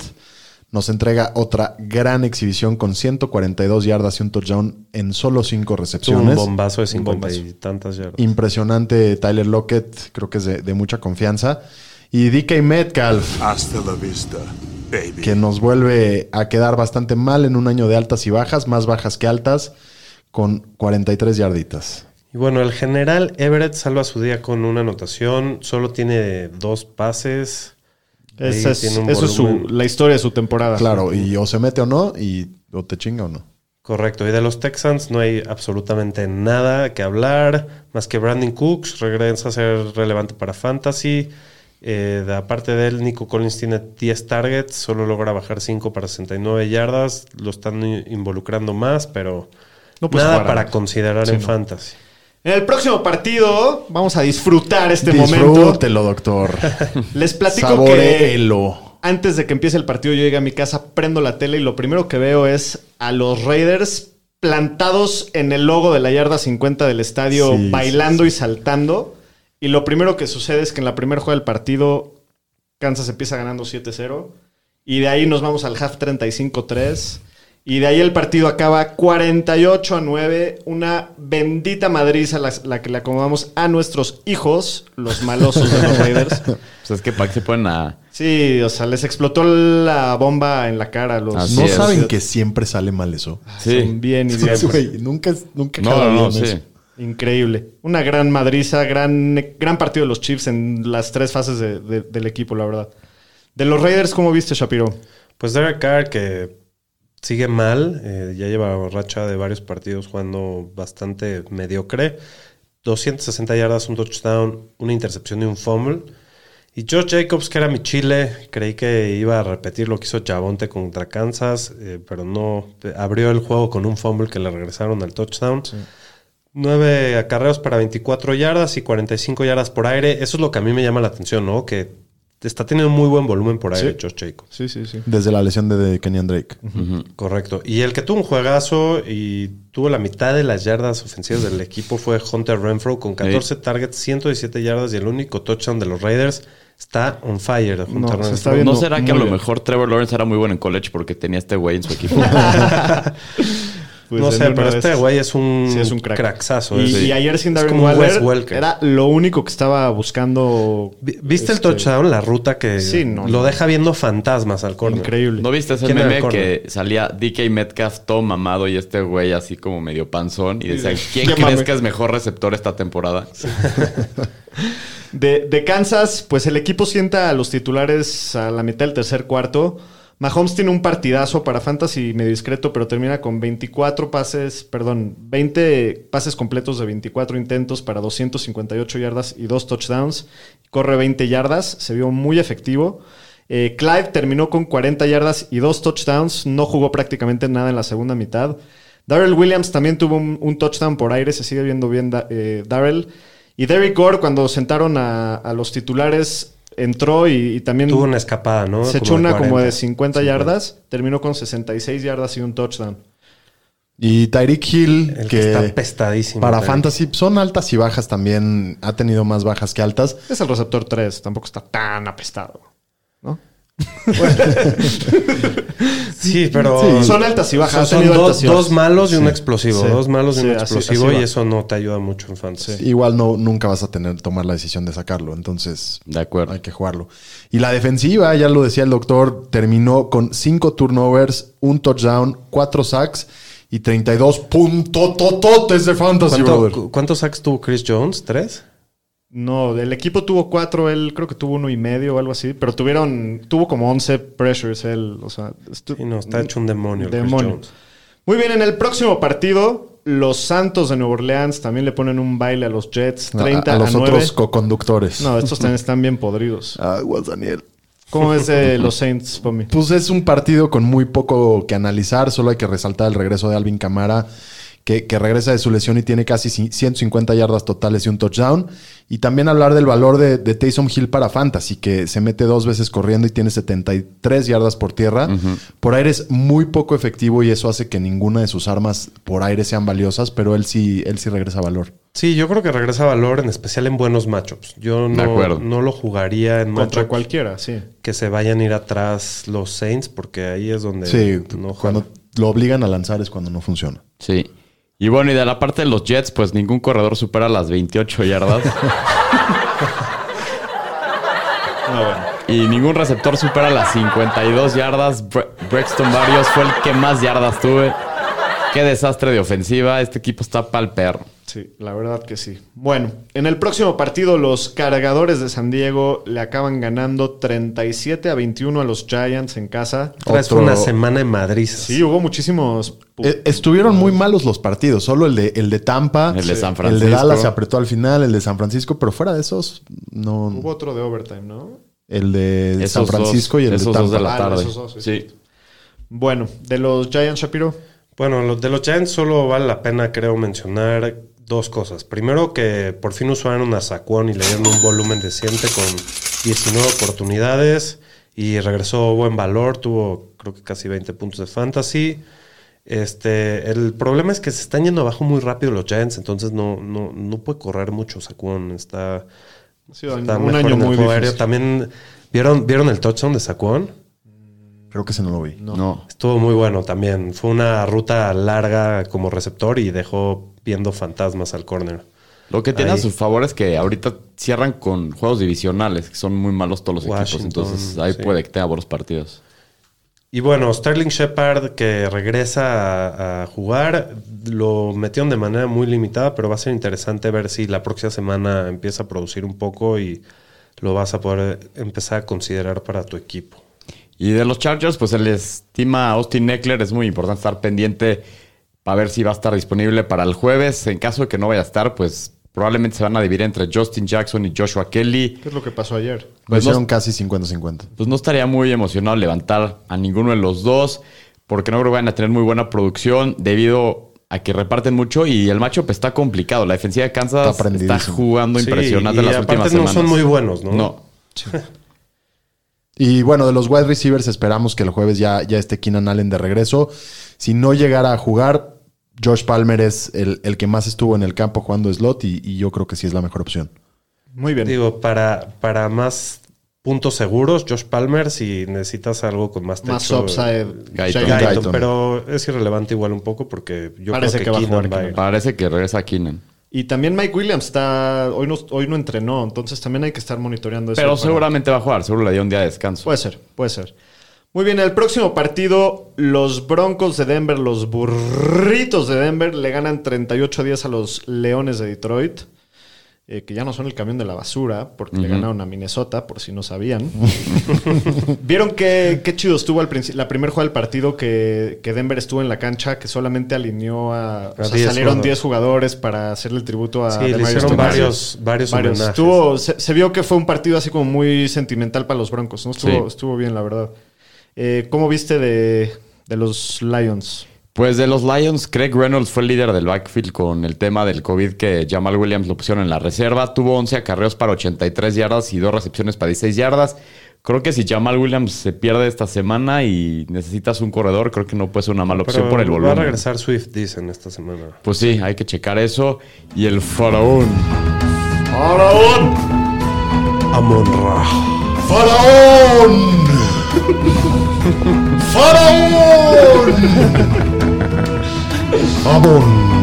Speaker 7: nos entrega otra gran exhibición con 142 yardas y un touchdown en solo cinco
Speaker 6: Tuvo un
Speaker 7: recepciones.
Speaker 6: bombazo de 50 y tantas yardas.
Speaker 7: Impresionante Tyler Lockett, creo que es de, de mucha confianza. Y DK Metcalf,
Speaker 2: Hasta la vista, baby.
Speaker 7: que nos vuelve a quedar bastante mal en un año de altas y bajas, más bajas que altas, con 43 yarditas.
Speaker 6: Y bueno, el general Everett salva su día con una anotación, solo tiene dos pases.
Speaker 4: Esa
Speaker 6: Ahí
Speaker 4: es,
Speaker 6: tiene un
Speaker 4: eso es su,
Speaker 6: volumen.
Speaker 4: la historia de su temporada.
Speaker 7: Claro, y o se mete o no, y o te chinga o no.
Speaker 6: Correcto, y de los Texans no hay absolutamente nada que hablar, más que Brandon Cooks regresa a ser relevante para Fantasy. Eh, de- aparte de él, Nico Collins tiene 10 targets, solo logra bajar 5 para 69 yardas. Lo están i- involucrando más, pero
Speaker 4: No puedes
Speaker 6: nada
Speaker 4: jugar
Speaker 6: para
Speaker 4: antes.
Speaker 6: considerar
Speaker 4: Sí,
Speaker 6: en
Speaker 4: no.
Speaker 6: fantasy.
Speaker 4: En el próximo partido vamos a disfrutar este momento.
Speaker 7: Disfrútelo, doctor.
Speaker 4: Les platico
Speaker 7: Saboreelo.
Speaker 4: que antes de que empiece el partido yo llegué a mi casa, prendo la tele y lo primero que veo es a los Raiders plantados en el logo de la yarda 50 del estadio,
Speaker 7: Sí,
Speaker 4: bailando y saltando. Y lo primero que sucede es que en la primera jugada del partido Kansas empieza ganando 7-0 y de ahí nos vamos al half 35-3 y de ahí el partido acaba 48 a 9, una bendita madriza la, la que le acomodamos a nuestros hijos, los malosos de los Raiders.
Speaker 5: O sea, es que para qué se ponen a.
Speaker 4: Sí, o sea, les explotó la bomba en la cara a los
Speaker 5: Así
Speaker 7: ¿No
Speaker 5: es.
Speaker 7: saben que siempre sale mal eso?
Speaker 5: Sí.
Speaker 4: son bien idiotas.
Speaker 7: Güey, nunca, nunca
Speaker 5: No,
Speaker 7: acaba
Speaker 5: no, no,
Speaker 7: bien
Speaker 5: sí.
Speaker 7: eso.
Speaker 4: Increíble. Una gran madriza, gran, gran partido de los Chiefs en las tres fases de- de- del equipo, la verdad. De los Raiders, ¿cómo viste, Shapiro?
Speaker 6: Pues Derek Carr, que sigue mal, eh, ya lleva racha de varios partidos jugando bastante mediocre. 260 yardas, un touchdown, una intercepción y un fumble. Y George Jacobs, que era mi chile, creí que iba a repetir lo que hizo Chabonte contra Kansas, eh, pero no. Eh, Abrió el juego con un fumble que le regresaron al touchdown. Nueve acarreos para 24 yardas y 45 yardas por aire. Eso es lo que a mí me llama la atención, ¿no? Que está teniendo muy buen volumen por aire, George Jacobs.
Speaker 4: Sí, sí, sí.
Speaker 7: Desde la lesión de, de Kenyan Drake.
Speaker 6: Correcto. Y el que tuvo un juegazo y tuvo la mitad de las yardas ofensivas del equipo fue Hunter Renfro con 14 targets, 117 yardas y el único touchdown de los Raiders. Está on fire Hunter
Speaker 4: No, se
Speaker 6: Renfro.
Speaker 4: está viendo-
Speaker 5: ¿No será
Speaker 4: muy
Speaker 5: que a lo
Speaker 4: bien.
Speaker 5: mejor Trevor Lawrence era muy bueno en college porque tenía este güey en su equipo?
Speaker 4: Pues
Speaker 6: no
Speaker 4: en
Speaker 6: sé,
Speaker 4: una
Speaker 6: pero
Speaker 4: de
Speaker 6: este
Speaker 4: esas.
Speaker 6: güey es un,
Speaker 4: Sí, es un crack.
Speaker 6: cracksazo.
Speaker 4: Y,
Speaker 6: es-
Speaker 4: y ayer sin
Speaker 6: es
Speaker 4: Darren
Speaker 6: como Wes
Speaker 4: Waller
Speaker 6: Welker.
Speaker 4: era lo único que estaba buscando.
Speaker 6: Vi- ¿Viste el
Speaker 4: este,
Speaker 6: touchdown? La ruta que
Speaker 4: Sí, no,
Speaker 6: lo
Speaker 4: no.
Speaker 6: deja viendo fantasmas al corner.
Speaker 4: Increíble.
Speaker 5: ¿No viste ese
Speaker 6: ¿Quién era el
Speaker 5: meme
Speaker 6: corner?
Speaker 5: que salía DK Metcalf todo mamado y este güey así como medio panzón? Y decía, ¿quién
Speaker 4: ¿Qué
Speaker 5: crees
Speaker 4: mame?
Speaker 5: que es mejor receptor esta temporada?
Speaker 4: De, de Kansas, pues el equipo sienta a los titulares a la mitad del tercer cuarto. Mahomes tiene un partidazo para fantasy medio discreto, pero termina con 24 pases, perdón, 20 pases completos de 24 intentos para 258 yardas y dos touchdowns. Corre 20 yardas, se vio muy efectivo. Eh, Clive terminó con 40 yardas y dos touchdowns, no jugó prácticamente nada en la segunda mitad. Darrell Williams también tuvo un, un touchdown por aire, se sigue viendo bien da- eh, Darrell. Y Derrick Gore, cuando sentaron a, a los titulares, entró y, y también
Speaker 6: Tuvo una escapada, ¿no?
Speaker 4: se echó una como de
Speaker 6: 40.
Speaker 4: 50 yardas, terminó con 66 yardas y un touchdown.
Speaker 7: Y Tyreek Hill,
Speaker 6: El que,
Speaker 7: que,
Speaker 6: está pestadísimo.
Speaker 7: para Fantasy son altas y bajas también. Ha tenido más bajas que altas.
Speaker 4: Es el receptor 3, tampoco está tan apestado.
Speaker 6: Sí, pero...
Speaker 7: Sí.
Speaker 4: Son altas y bajas.
Speaker 6: Son
Speaker 4: ha tenido
Speaker 6: dos-
Speaker 4: altas y bajas.
Speaker 6: dos malos y un explosivo.
Speaker 4: Sí.
Speaker 6: Dos malos y
Speaker 4: Sí,
Speaker 6: un
Speaker 4: así-
Speaker 6: explosivo.
Speaker 4: así va.
Speaker 6: y eso no te ayuda mucho en fantasy.
Speaker 7: Igual no, nunca vas a tener tomar la decisión de sacarlo. Entonces,
Speaker 5: De acuerdo.
Speaker 7: hay que jugarlo. Y la defensiva, ya lo decía el doctor, terminó con cinco turnovers, un touchdown, cuatro sacks y 32 puntotototes de fantasy,
Speaker 6: ¿Cuánto-
Speaker 7: brother.
Speaker 6: cu- ¿Cuántos sacks tuvo Chris Jones? ¿Tres?
Speaker 4: No, el equipo tuvo 4, él creo que tuvo uno y medio o algo así, pero tuvieron, tuvo como 11 pressures él. O sea, estu-
Speaker 6: Y no, está hecho un demonio. el Chris
Speaker 4: Demonio.
Speaker 6: Jones.
Speaker 4: Muy bien, en el próximo partido, los Santos de Nueva Orleans también le ponen un baile a los Jets.
Speaker 7: No, a-
Speaker 4: 30
Speaker 7: a,
Speaker 4: a,
Speaker 7: los
Speaker 4: 9.
Speaker 7: otros coconductores.
Speaker 4: No, estos también están bien podridos.
Speaker 7: Aguas, Daniel.
Speaker 4: ¿Cómo es de los Saints, Pomi?
Speaker 7: Pues es un partido con muy poco que analizar. Solo hay que resaltar el regreso de Alvin Camara, que, que regresa de su lesión y tiene casi ci- 150 yardas totales y un touchdown. Y también hablar del valor de, de Taysom Hill para Fantasy, que se mete dos veces corriendo y tiene 73 yardas por tierra. Por aire es muy poco efectivo y eso hace que ninguna de sus armas por aire sean valiosas, pero él sí, él sí regresa valor.
Speaker 6: Sí, yo creo que regresa valor, en especial en buenos matchups. Yo
Speaker 5: De
Speaker 6: no,
Speaker 5: acuerdo.
Speaker 6: no lo jugaría en
Speaker 4: Contra
Speaker 6: matchups
Speaker 4: cualquiera, sí.
Speaker 6: que se vayan a ir atrás los Saints, porque ahí es donde
Speaker 7: Sí,
Speaker 6: no juega.
Speaker 7: Eh, cuando lo obligan a lanzar es cuando no funciona.
Speaker 5: Sí. Y bueno, y de la parte de los Jets, pues ningún corredor supera las 28 yardas.
Speaker 4: Ah,
Speaker 5: Y ningún receptor supera las 52 yardas. Bre- Brexton Barrios fue el que más yardas tuve. Qué desastre de ofensiva. Este equipo está pa'l perro.
Speaker 4: Sí, la verdad que sí. Bueno, en el próximo partido los cargadores de San Diego le acaban ganando 37 a 21 a los Giants en casa.
Speaker 6: Traes
Speaker 7: Otro-
Speaker 6: una semana en Madrid.
Speaker 4: Sí, hubo muchísimos... pu-
Speaker 7: Eh, estuvieron muy malos los partidos, solo el de, el de Tampa,
Speaker 5: El de San
Speaker 7: el
Speaker 5: Francisco.
Speaker 7: de Dallas se apretó al final, el de San Francisco, pero fuera de esos,
Speaker 4: Hubo
Speaker 7: no.
Speaker 4: otro de overtime, ¿no?
Speaker 7: El de
Speaker 5: Esos
Speaker 7: San Francisco
Speaker 5: dos,
Speaker 7: y el de
Speaker 5: esos dos
Speaker 7: Tampa.
Speaker 5: de la
Speaker 4: Ah,
Speaker 5: tarde.
Speaker 4: esos dos, sí,
Speaker 5: sí.
Speaker 4: Bueno, de los Giants, Shapiro.
Speaker 6: Bueno, lo- de los Giants solo vale la pena, creo, mencionar dos cosas. Primero, que por fin usaron a Saquon y le dieron un volumen decente con 19 oportunidades y regresó buen valor, tuvo creo que casi 20 puntos de fantasy. Este, el problema es que se están yendo abajo muy rápido los Giants, entonces no, no, no puede correr mucho Saquon. Está,
Speaker 4: Ha sido
Speaker 6: está
Speaker 4: un
Speaker 6: mejor
Speaker 4: año
Speaker 6: en el
Speaker 4: muy
Speaker 6: juego
Speaker 4: difícil.
Speaker 6: aéreo. También, ¿vieron, ¿vieron el touchdown de Saquon?
Speaker 7: Creo que ese no lo vi.
Speaker 5: No.
Speaker 6: Estuvo muy bueno también. Fue una ruta larga como receptor y dejó viendo fantasmas al corner.
Speaker 5: Lo que tiene
Speaker 6: Ahí.
Speaker 5: a su favor es que ahorita cierran con juegos divisionales, que son muy malos todos los
Speaker 6: Washington,
Speaker 5: equipos. Entonces ahí
Speaker 6: sí.
Speaker 5: puede que te abra los partidos.
Speaker 6: Y bueno, Sterling Shepard que regresa a, a jugar, lo metieron de manera muy limitada, pero va a ser interesante ver si la próxima semana empieza a producir un poco y lo vas a poder empezar a considerar para tu equipo.
Speaker 5: Y de los Chargers, pues el estima Austin Eckler. Es muy importante estar pendiente para ver si va a estar disponible para el jueves. En caso de que no vaya a estar, pues probablemente se van a dividir entre Justin Jackson y Joshua Kelly.
Speaker 4: ¿Qué es lo que pasó ayer?
Speaker 7: Lo
Speaker 5: Pues
Speaker 7: hicieron
Speaker 5: no-
Speaker 7: casi 50-50.
Speaker 5: Pues no estaría muy emocionado levantar a ninguno de los dos, porque no creo que vayan a tener muy buena producción debido a que reparten mucho y el matchup está complicado. La defensiva de Kansas
Speaker 7: Está prendidísimo.
Speaker 5: está jugando
Speaker 6: Sí,
Speaker 5: impresionante
Speaker 6: y
Speaker 5: las
Speaker 6: aparte
Speaker 5: últimas
Speaker 6: no
Speaker 5: semanas.
Speaker 6: son muy buenos, ¿no?
Speaker 5: No.
Speaker 7: Y bueno, de los wide receivers esperamos que el jueves ya, ya esté Keenan Allen de regreso. Si no llegara a jugar, Josh Palmer es el, el que más estuvo en el campo jugando slot y, y yo creo que sí es la mejor opción.
Speaker 4: Muy bien.
Speaker 6: Digo, para, para más puntos seguros, Josh Palmer, si necesitas algo con más techo.
Speaker 4: Más upside.
Speaker 5: Guyton.
Speaker 4: Giants.
Speaker 6: Guyton,
Speaker 7: Guyton.
Speaker 6: pero es irrelevante igual un poco porque yo
Speaker 4: Parece que
Speaker 6: creo
Speaker 4: va
Speaker 6: que,
Speaker 4: a
Speaker 6: Keenan
Speaker 4: jugar
Speaker 6: va a
Speaker 4: Keenan.
Speaker 6: ir.
Speaker 5: Parece que regresa Keenan.
Speaker 4: Y también Mike Williams está hoy no, hoy no entrenó, entonces también hay que estar monitoreando eso.
Speaker 5: Pero
Speaker 4: para-
Speaker 5: seguramente va a jugar, seguro le dio un día de descanso.
Speaker 4: Puede ser, puede ser. Muy bien, el próximo partido, los Broncos de Denver, los burritos de Denver, le ganan 38 días a los Leones de Detroit, eh, que ya no son el camión de la basura, porque le ganaron a Minnesota, por si no sabían. ¿Vieron qué, qué chido estuvo al principio, la primera jugada del partido que, que Denver estuvo en la cancha, que solamente alineó a... o sea,
Speaker 6: 10
Speaker 4: salieron
Speaker 6: jugadores.
Speaker 4: 10 jugadores para hacerle el tributo a...
Speaker 6: Sí, le
Speaker 4: DeMarius
Speaker 6: hicieron
Speaker 4: Thomas.
Speaker 6: varios, varios,
Speaker 4: Varios.
Speaker 6: homenajes.
Speaker 4: Estuvo, se, se vio que fue un partido así como muy sentimental para los Broncos, ¿no? Estuvo,
Speaker 5: Sí.
Speaker 4: estuvo bien, la verdad. Eh, ¿Cómo viste de, de los Lions?
Speaker 5: Pues de los Lions, Craig Reynolds fue el líder del backfield con el tema del COVID que Jamal Williams lo pusieron en la reserva. Tuvo 11 acarreos para 83 yardas y dos recepciones para 16 yardas. Creo que si Jamal Williams se pierde esta semana y necesitas un corredor, creo que no puede ser una mala opción
Speaker 6: Pero
Speaker 5: por el
Speaker 6: Va a
Speaker 5: volumen.
Speaker 6: regresar Swift, dicen, esta semana.
Speaker 5: Pues sí, hay que checar eso. Y el faraón.
Speaker 6: Amon Ra.
Speaker 7: ¡Faraón! ¡Faraón! ¡Amon!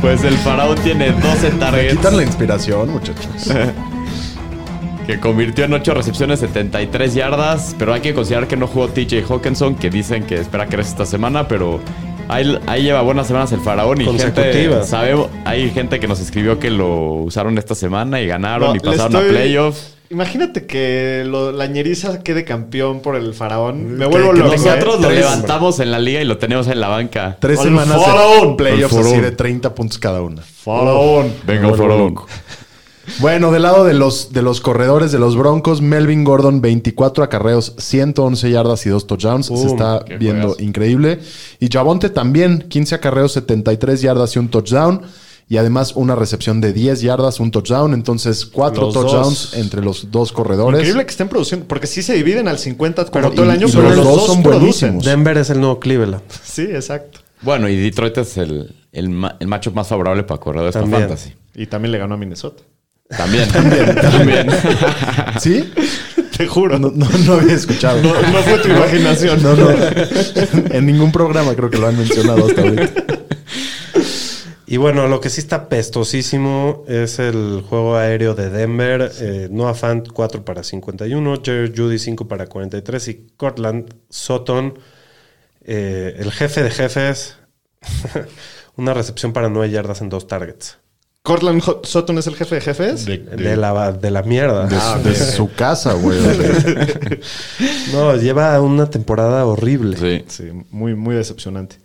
Speaker 5: Pues el faraón tiene 12
Speaker 7: Quitan la
Speaker 5: targets
Speaker 7: inspiración, muchachos.
Speaker 5: que convirtió en 8 recepciones, 73 yardas. Pero hay que considerar que no jugó TJ Hawkinson, que dicen que espera que regrese esta semana, pero... Ahí, ahí lleva buenas semanas el faraón y gente,
Speaker 6: Consecutivas.
Speaker 5: sabemos, hay gente que nos escribió que lo usaron esta semana y ganaron
Speaker 4: No,
Speaker 5: y
Speaker 4: le
Speaker 5: pasaron a
Speaker 4: estoy-
Speaker 5: playoffs.
Speaker 4: Imagínate que lo- la ñeriza quede campeón por el faraón. Me
Speaker 7: Que-
Speaker 4: vuelvo
Speaker 7: que
Speaker 4: loco.
Speaker 5: Nosotros
Speaker 4: ¿eh?
Speaker 5: lo
Speaker 4: Tres.
Speaker 5: levantamos en la liga y lo tenemos en la banca.
Speaker 7: Tres
Speaker 4: Al
Speaker 7: semanas
Speaker 4: faraón.
Speaker 7: de playoffs
Speaker 5: Al
Speaker 7: así
Speaker 5: faraón.
Speaker 7: de 30 puntos cada una.
Speaker 4: Faraón.
Speaker 5: Venga, faraón.
Speaker 7: Bueno, del lado de los, de los corredores de los Broncos, Melvin Gordon, 24 acarreos, 111 yardas y 2 touchdowns. Se
Speaker 4: Uh,
Speaker 6: Boom,
Speaker 7: está
Speaker 5: qué
Speaker 7: viendo
Speaker 5: juegazo.
Speaker 7: increíble. Y Javonte también, 15 acarreos, 73 yardas y un touchdown. Y además una recepción de 10 yardas, un touchdown. Entonces, cuatro
Speaker 4: Los
Speaker 7: touchdowns
Speaker 4: dos.
Speaker 7: entre los dos corredores.
Speaker 4: Increíble que estén produciendo, porque sí se dividen al 50 como
Speaker 7: Pero-
Speaker 4: todo el
Speaker 7: y-
Speaker 4: año,
Speaker 7: y
Speaker 4: pero los, dos,
Speaker 7: son
Speaker 4: producen.
Speaker 7: buenísimos.
Speaker 6: Denver es el nuevo Cleveland.
Speaker 4: Sí, exacto.
Speaker 5: Bueno, y Detroit es el, el, ma- el matchup más favorable para corredores para
Speaker 6: También.
Speaker 5: fantasy.
Speaker 4: Y también le ganó a Minnesota.
Speaker 5: También. También.
Speaker 7: ¿Sí?
Speaker 4: Te juro.
Speaker 7: No, no, no había escuchado.
Speaker 4: No- no fue tu imaginación.
Speaker 7: No, no. En ningún programa creo que lo han mencionado hasta ahorita.
Speaker 6: Y bueno, lo que sí está pestosísimo es el juego aéreo de Denver. Eh, Noah Fant 4 para 51, Jerry Judy 5 para 43 y Cortland Sutton, eh, el jefe de jefes, una recepción para 9 yardas en dos targets.
Speaker 4: ¿Cortland Hot- Sutton es el jefe de jefes?
Speaker 5: De,
Speaker 6: De, la, de la mierda.
Speaker 7: De,
Speaker 6: Ah,
Speaker 7: de
Speaker 6: ok.
Speaker 7: su casa, güey. o sea.
Speaker 6: No, lleva una temporada horrible.
Speaker 5: Sí.
Speaker 4: Sí, muy, muy decepcionante.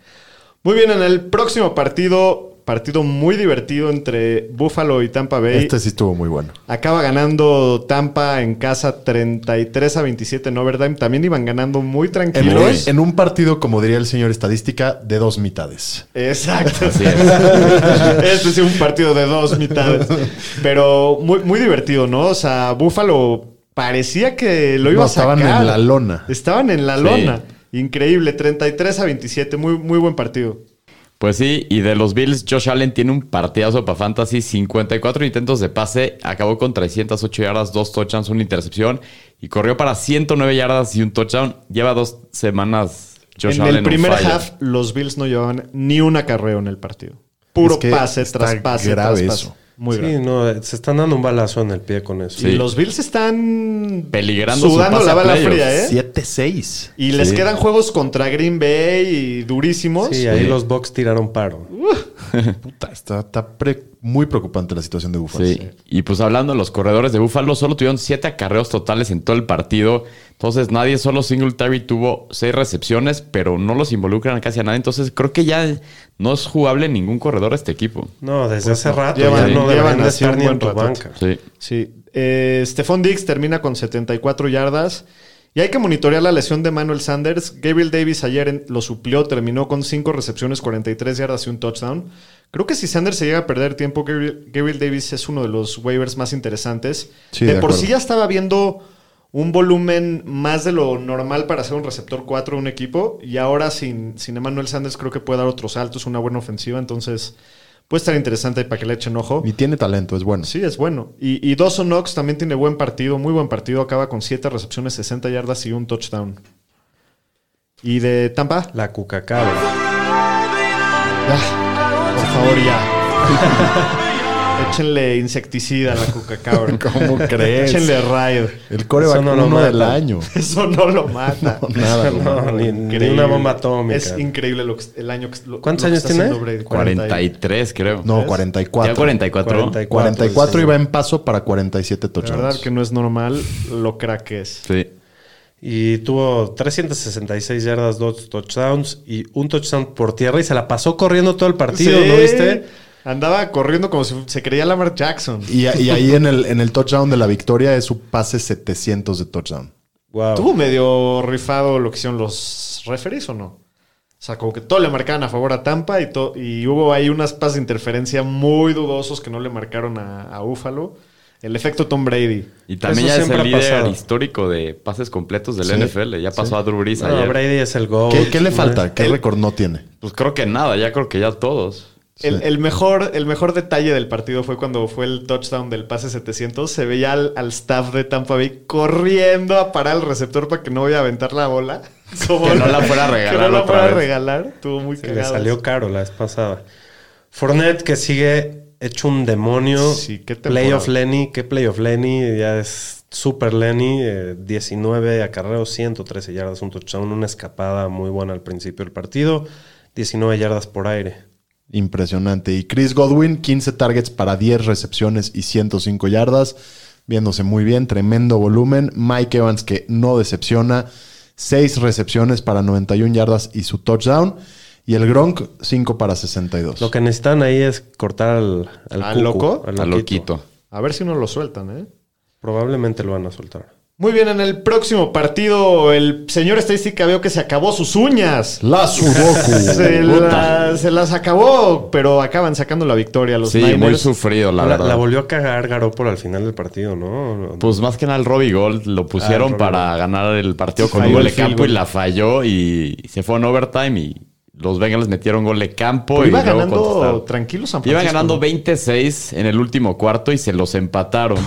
Speaker 4: Muy bien, en el próximo partido, partido muy divertido entre Buffalo y Tampa Bay.
Speaker 7: este sí estuvo muy bueno.
Speaker 4: Acaba ganando Tampa en casa 33 a 27 en overtime. También iban ganando muy
Speaker 7: En,
Speaker 4: tranquilos.
Speaker 7: un- en un partido, como diría el señor estadística, de dos mitades.
Speaker 4: Exacto.
Speaker 5: Así es.
Speaker 4: este sí, un partido de dos mitades. Pero muy, muy divertido, ¿no? O sea, Buffalo parecía que lo iba
Speaker 7: No,
Speaker 4: a sacar.
Speaker 7: estaban en la lona.
Speaker 4: Estaban en la
Speaker 5: Sí.
Speaker 4: lona. Increíble, 33 a 27. Muy, muy buen partido.
Speaker 5: Pues sí, y de los Bills, Josh Allen tiene un partidazo para Fantasy, 54 intentos de pase, acabó con 308 yardas, dos touchdowns, una intercepción y corrió para 109 yardas y un touchdown. Lleva dos semanas Josh
Speaker 4: en
Speaker 5: Allen.
Speaker 4: el
Speaker 5: on
Speaker 4: primer
Speaker 5: fire.
Speaker 4: half, los Bills no llevaban ni un acarreo en el partido. Puro
Speaker 7: Es que
Speaker 4: pase
Speaker 7: está
Speaker 4: tras pase
Speaker 7: grave
Speaker 4: tras pase.
Speaker 7: eso.
Speaker 4: Muy
Speaker 6: Sí,
Speaker 4: grave.
Speaker 6: no, eh, se están dando un balazo en el pie con eso.
Speaker 5: Sí.
Speaker 4: Y los Bills están
Speaker 5: Peligrando su
Speaker 4: sudando
Speaker 5: pase
Speaker 4: la
Speaker 5: a
Speaker 4: bala
Speaker 5: playoffs.
Speaker 4: fría, ¿eh?
Speaker 7: 7-6.
Speaker 4: Y les
Speaker 5: Sí.
Speaker 4: quedan juegos contra Green Bay y durísimos.
Speaker 6: Sí, ahí los Bucks tiraron paro.
Speaker 7: Puta, está, está pre- muy preocupante la situación de Buffalo.
Speaker 5: Sí. Y pues hablando de los corredores de Buffalo, solo tuvieron siete acarreos totales en todo el partido. Entonces nadie, solo Singletary tuvo seis recepciones, pero no los involucran casi a nadie. Entonces creo que ya no es jugable ningún corredor este equipo.
Speaker 6: No, desde hace rato
Speaker 4: Pues llevan-
Speaker 6: ya
Speaker 4: llevan
Speaker 6: no deberían de
Speaker 4: así un
Speaker 6: estar ni
Speaker 4: buen
Speaker 6: en tu
Speaker 4: ratote.
Speaker 6: banca.
Speaker 5: Sí.
Speaker 4: Sí. Eh, Stephon Diggs termina con 74 yardas. Y hay que monitorear la lesión de Manuel Sanders. Gabriel Davis ayer en- lo suplió, terminó con 5 recepciones, 43 yardas y un touchdown. Creo que si Sanders se llega a perder tiempo, Gabriel, Gabriel Davis es uno de los waivers más interesantes.
Speaker 7: Sí,
Speaker 4: de,
Speaker 7: de
Speaker 4: por
Speaker 7: acuerdo.
Speaker 4: sí ya estaba viendo un volumen más de lo normal para ser un receptor 4 un equipo. Y ahora sin, sin Emmanuel Sanders creo que puede dar otros saltos, una buena ofensiva. Entonces puede estar interesante para que le echen ojo.
Speaker 7: Y tiene talento, es bueno.
Speaker 4: Sí, es bueno. Y, y Dawson Knox también tiene buen partido, muy buen partido. Acaba con 7 recepciones, 60 yardas y un touchdown. Y de Tampa,
Speaker 6: La cucacaba.
Speaker 4: por favor, ya. Échenle insecticida a la cuca cabra.
Speaker 7: ¿Cómo crees?
Speaker 4: Échenle raid.
Speaker 7: El coreback
Speaker 6: Eso no lo
Speaker 7: uno
Speaker 6: mata.
Speaker 7: del año.
Speaker 4: Eso no lo mata.
Speaker 7: Nada, güey.
Speaker 6: No, ni, ni
Speaker 4: Increíble.
Speaker 6: una bomba atómica.
Speaker 4: Es increíble lo que, el año que. lo-
Speaker 6: ¿Cuántos
Speaker 4: lo que
Speaker 6: años
Speaker 4: está
Speaker 6: tiene?
Speaker 4: haciendo Brady.
Speaker 5: 43, creo.
Speaker 7: No,
Speaker 4: ¿Ves?
Speaker 7: 44.
Speaker 5: Ya 44.
Speaker 6: 44.
Speaker 7: 44 iba en paso para 47
Speaker 4: La verdad
Speaker 7: touchdowns.
Speaker 4: que no es normal lo crack que es.
Speaker 5: Sí.
Speaker 6: Y tuvo 366 yardas, dos touchdowns y un touchdown por tierra y se la pasó corriendo todo el partido,
Speaker 4: Sí.
Speaker 6: ¿no viste?
Speaker 4: Andaba corriendo como si se creía Lamar Jackson.
Speaker 7: Y, y ahí en el, en el touchdown de la victoria es su pase 700 de touchdown.
Speaker 6: Wow.
Speaker 4: ¿Tuvo medio rifado lo que hicieron los referees o no? O sea, como que todo le marcaban a favor a Tampa y, to- y hubo ahí unas pases de interferencia muy dudosos que no le marcaron a, a Buffalo. El efecto Tom Brady.
Speaker 5: Y también
Speaker 6: Eso
Speaker 5: ya es el
Speaker 6: siempre ha
Speaker 5: líder
Speaker 6: pasado.
Speaker 5: histórico de pases completos del
Speaker 7: Sí,
Speaker 5: NFL. Ya pasó a Drew Brees
Speaker 6: No,
Speaker 5: pues, ayer.
Speaker 6: Brady es el gol.
Speaker 7: ¿Qué, qué le falta? ¿Qué récord no tiene?
Speaker 5: Pues creo que nada, ya creo que ya todos.
Speaker 4: El,
Speaker 7: Sí.
Speaker 4: el mejor, el mejor detalle del partido fue cuando fue el touchdown del pase 700. Se veía al, al staff de Tampa Bay corriendo a parar al receptor para que no vaya a aventar la bola. Como-
Speaker 5: Que no la fuera a
Speaker 4: Que
Speaker 5: regalar
Speaker 4: no la
Speaker 5: otra
Speaker 4: fuera a
Speaker 5: vez.
Speaker 4: regalar. Estuvo muy
Speaker 6: Se le
Speaker 4: cagado.
Speaker 6: salió caro la vez pasada. Fournette que sigue hecho un demonio.
Speaker 4: Sí, qué temporada.
Speaker 6: playoff Lenny, qué playoff Lenny, ya es super Lenny, eh, 19 acarreos, 113 yardas, un touchdown, una escapada muy buena al principio del partido, 19 yardas por aire.
Speaker 7: Impresionante. Y Chris Godwin, 15 targets para 10 recepciones y 105 yardas. Viéndose muy bien, tremendo volumen. Mike Evans que no decepciona. 6 recepciones para 91 yardas y su touchdown. Y el Gronk, 5 para 62.
Speaker 6: Lo que necesitan ahí es cortar al,
Speaker 4: ¿Al loco?
Speaker 5: A loquito.
Speaker 4: A ver si no lo sueltan, ¿eh?
Speaker 6: Probablemente lo van a soltar.
Speaker 4: Muy bien, en el próximo partido, el señor estadística veo que se acabó sus uñas.
Speaker 7: La
Speaker 4: Se,
Speaker 7: Sudoku.
Speaker 4: la- se las acabó, pero acaban sacando la victoria los
Speaker 5: Sí,
Speaker 4: Niners.
Speaker 5: muy sufrido, la,
Speaker 6: La,
Speaker 5: verdad.
Speaker 6: la volvió a cagar Garoppolo al final del partido, ¿no?
Speaker 5: pues más que nada el Robbie Gold lo
Speaker 6: Ah, el
Speaker 5: pusieron
Speaker 6: Robbie
Speaker 5: para ganar el partido con
Speaker 4: Falló
Speaker 5: un gol
Speaker 4: el
Speaker 5: de
Speaker 4: field
Speaker 5: campo y
Speaker 4: goal.
Speaker 5: la falló y se fue en overtime y los Bengals metieron gol de campo
Speaker 4: Pero
Speaker 5: y
Speaker 4: iba
Speaker 5: luego
Speaker 4: ganando
Speaker 5: contestaron.
Speaker 4: tranquilo San
Speaker 5: Iba
Speaker 4: Francisco.
Speaker 5: ganando 26 en el último cuarto y se los empataron.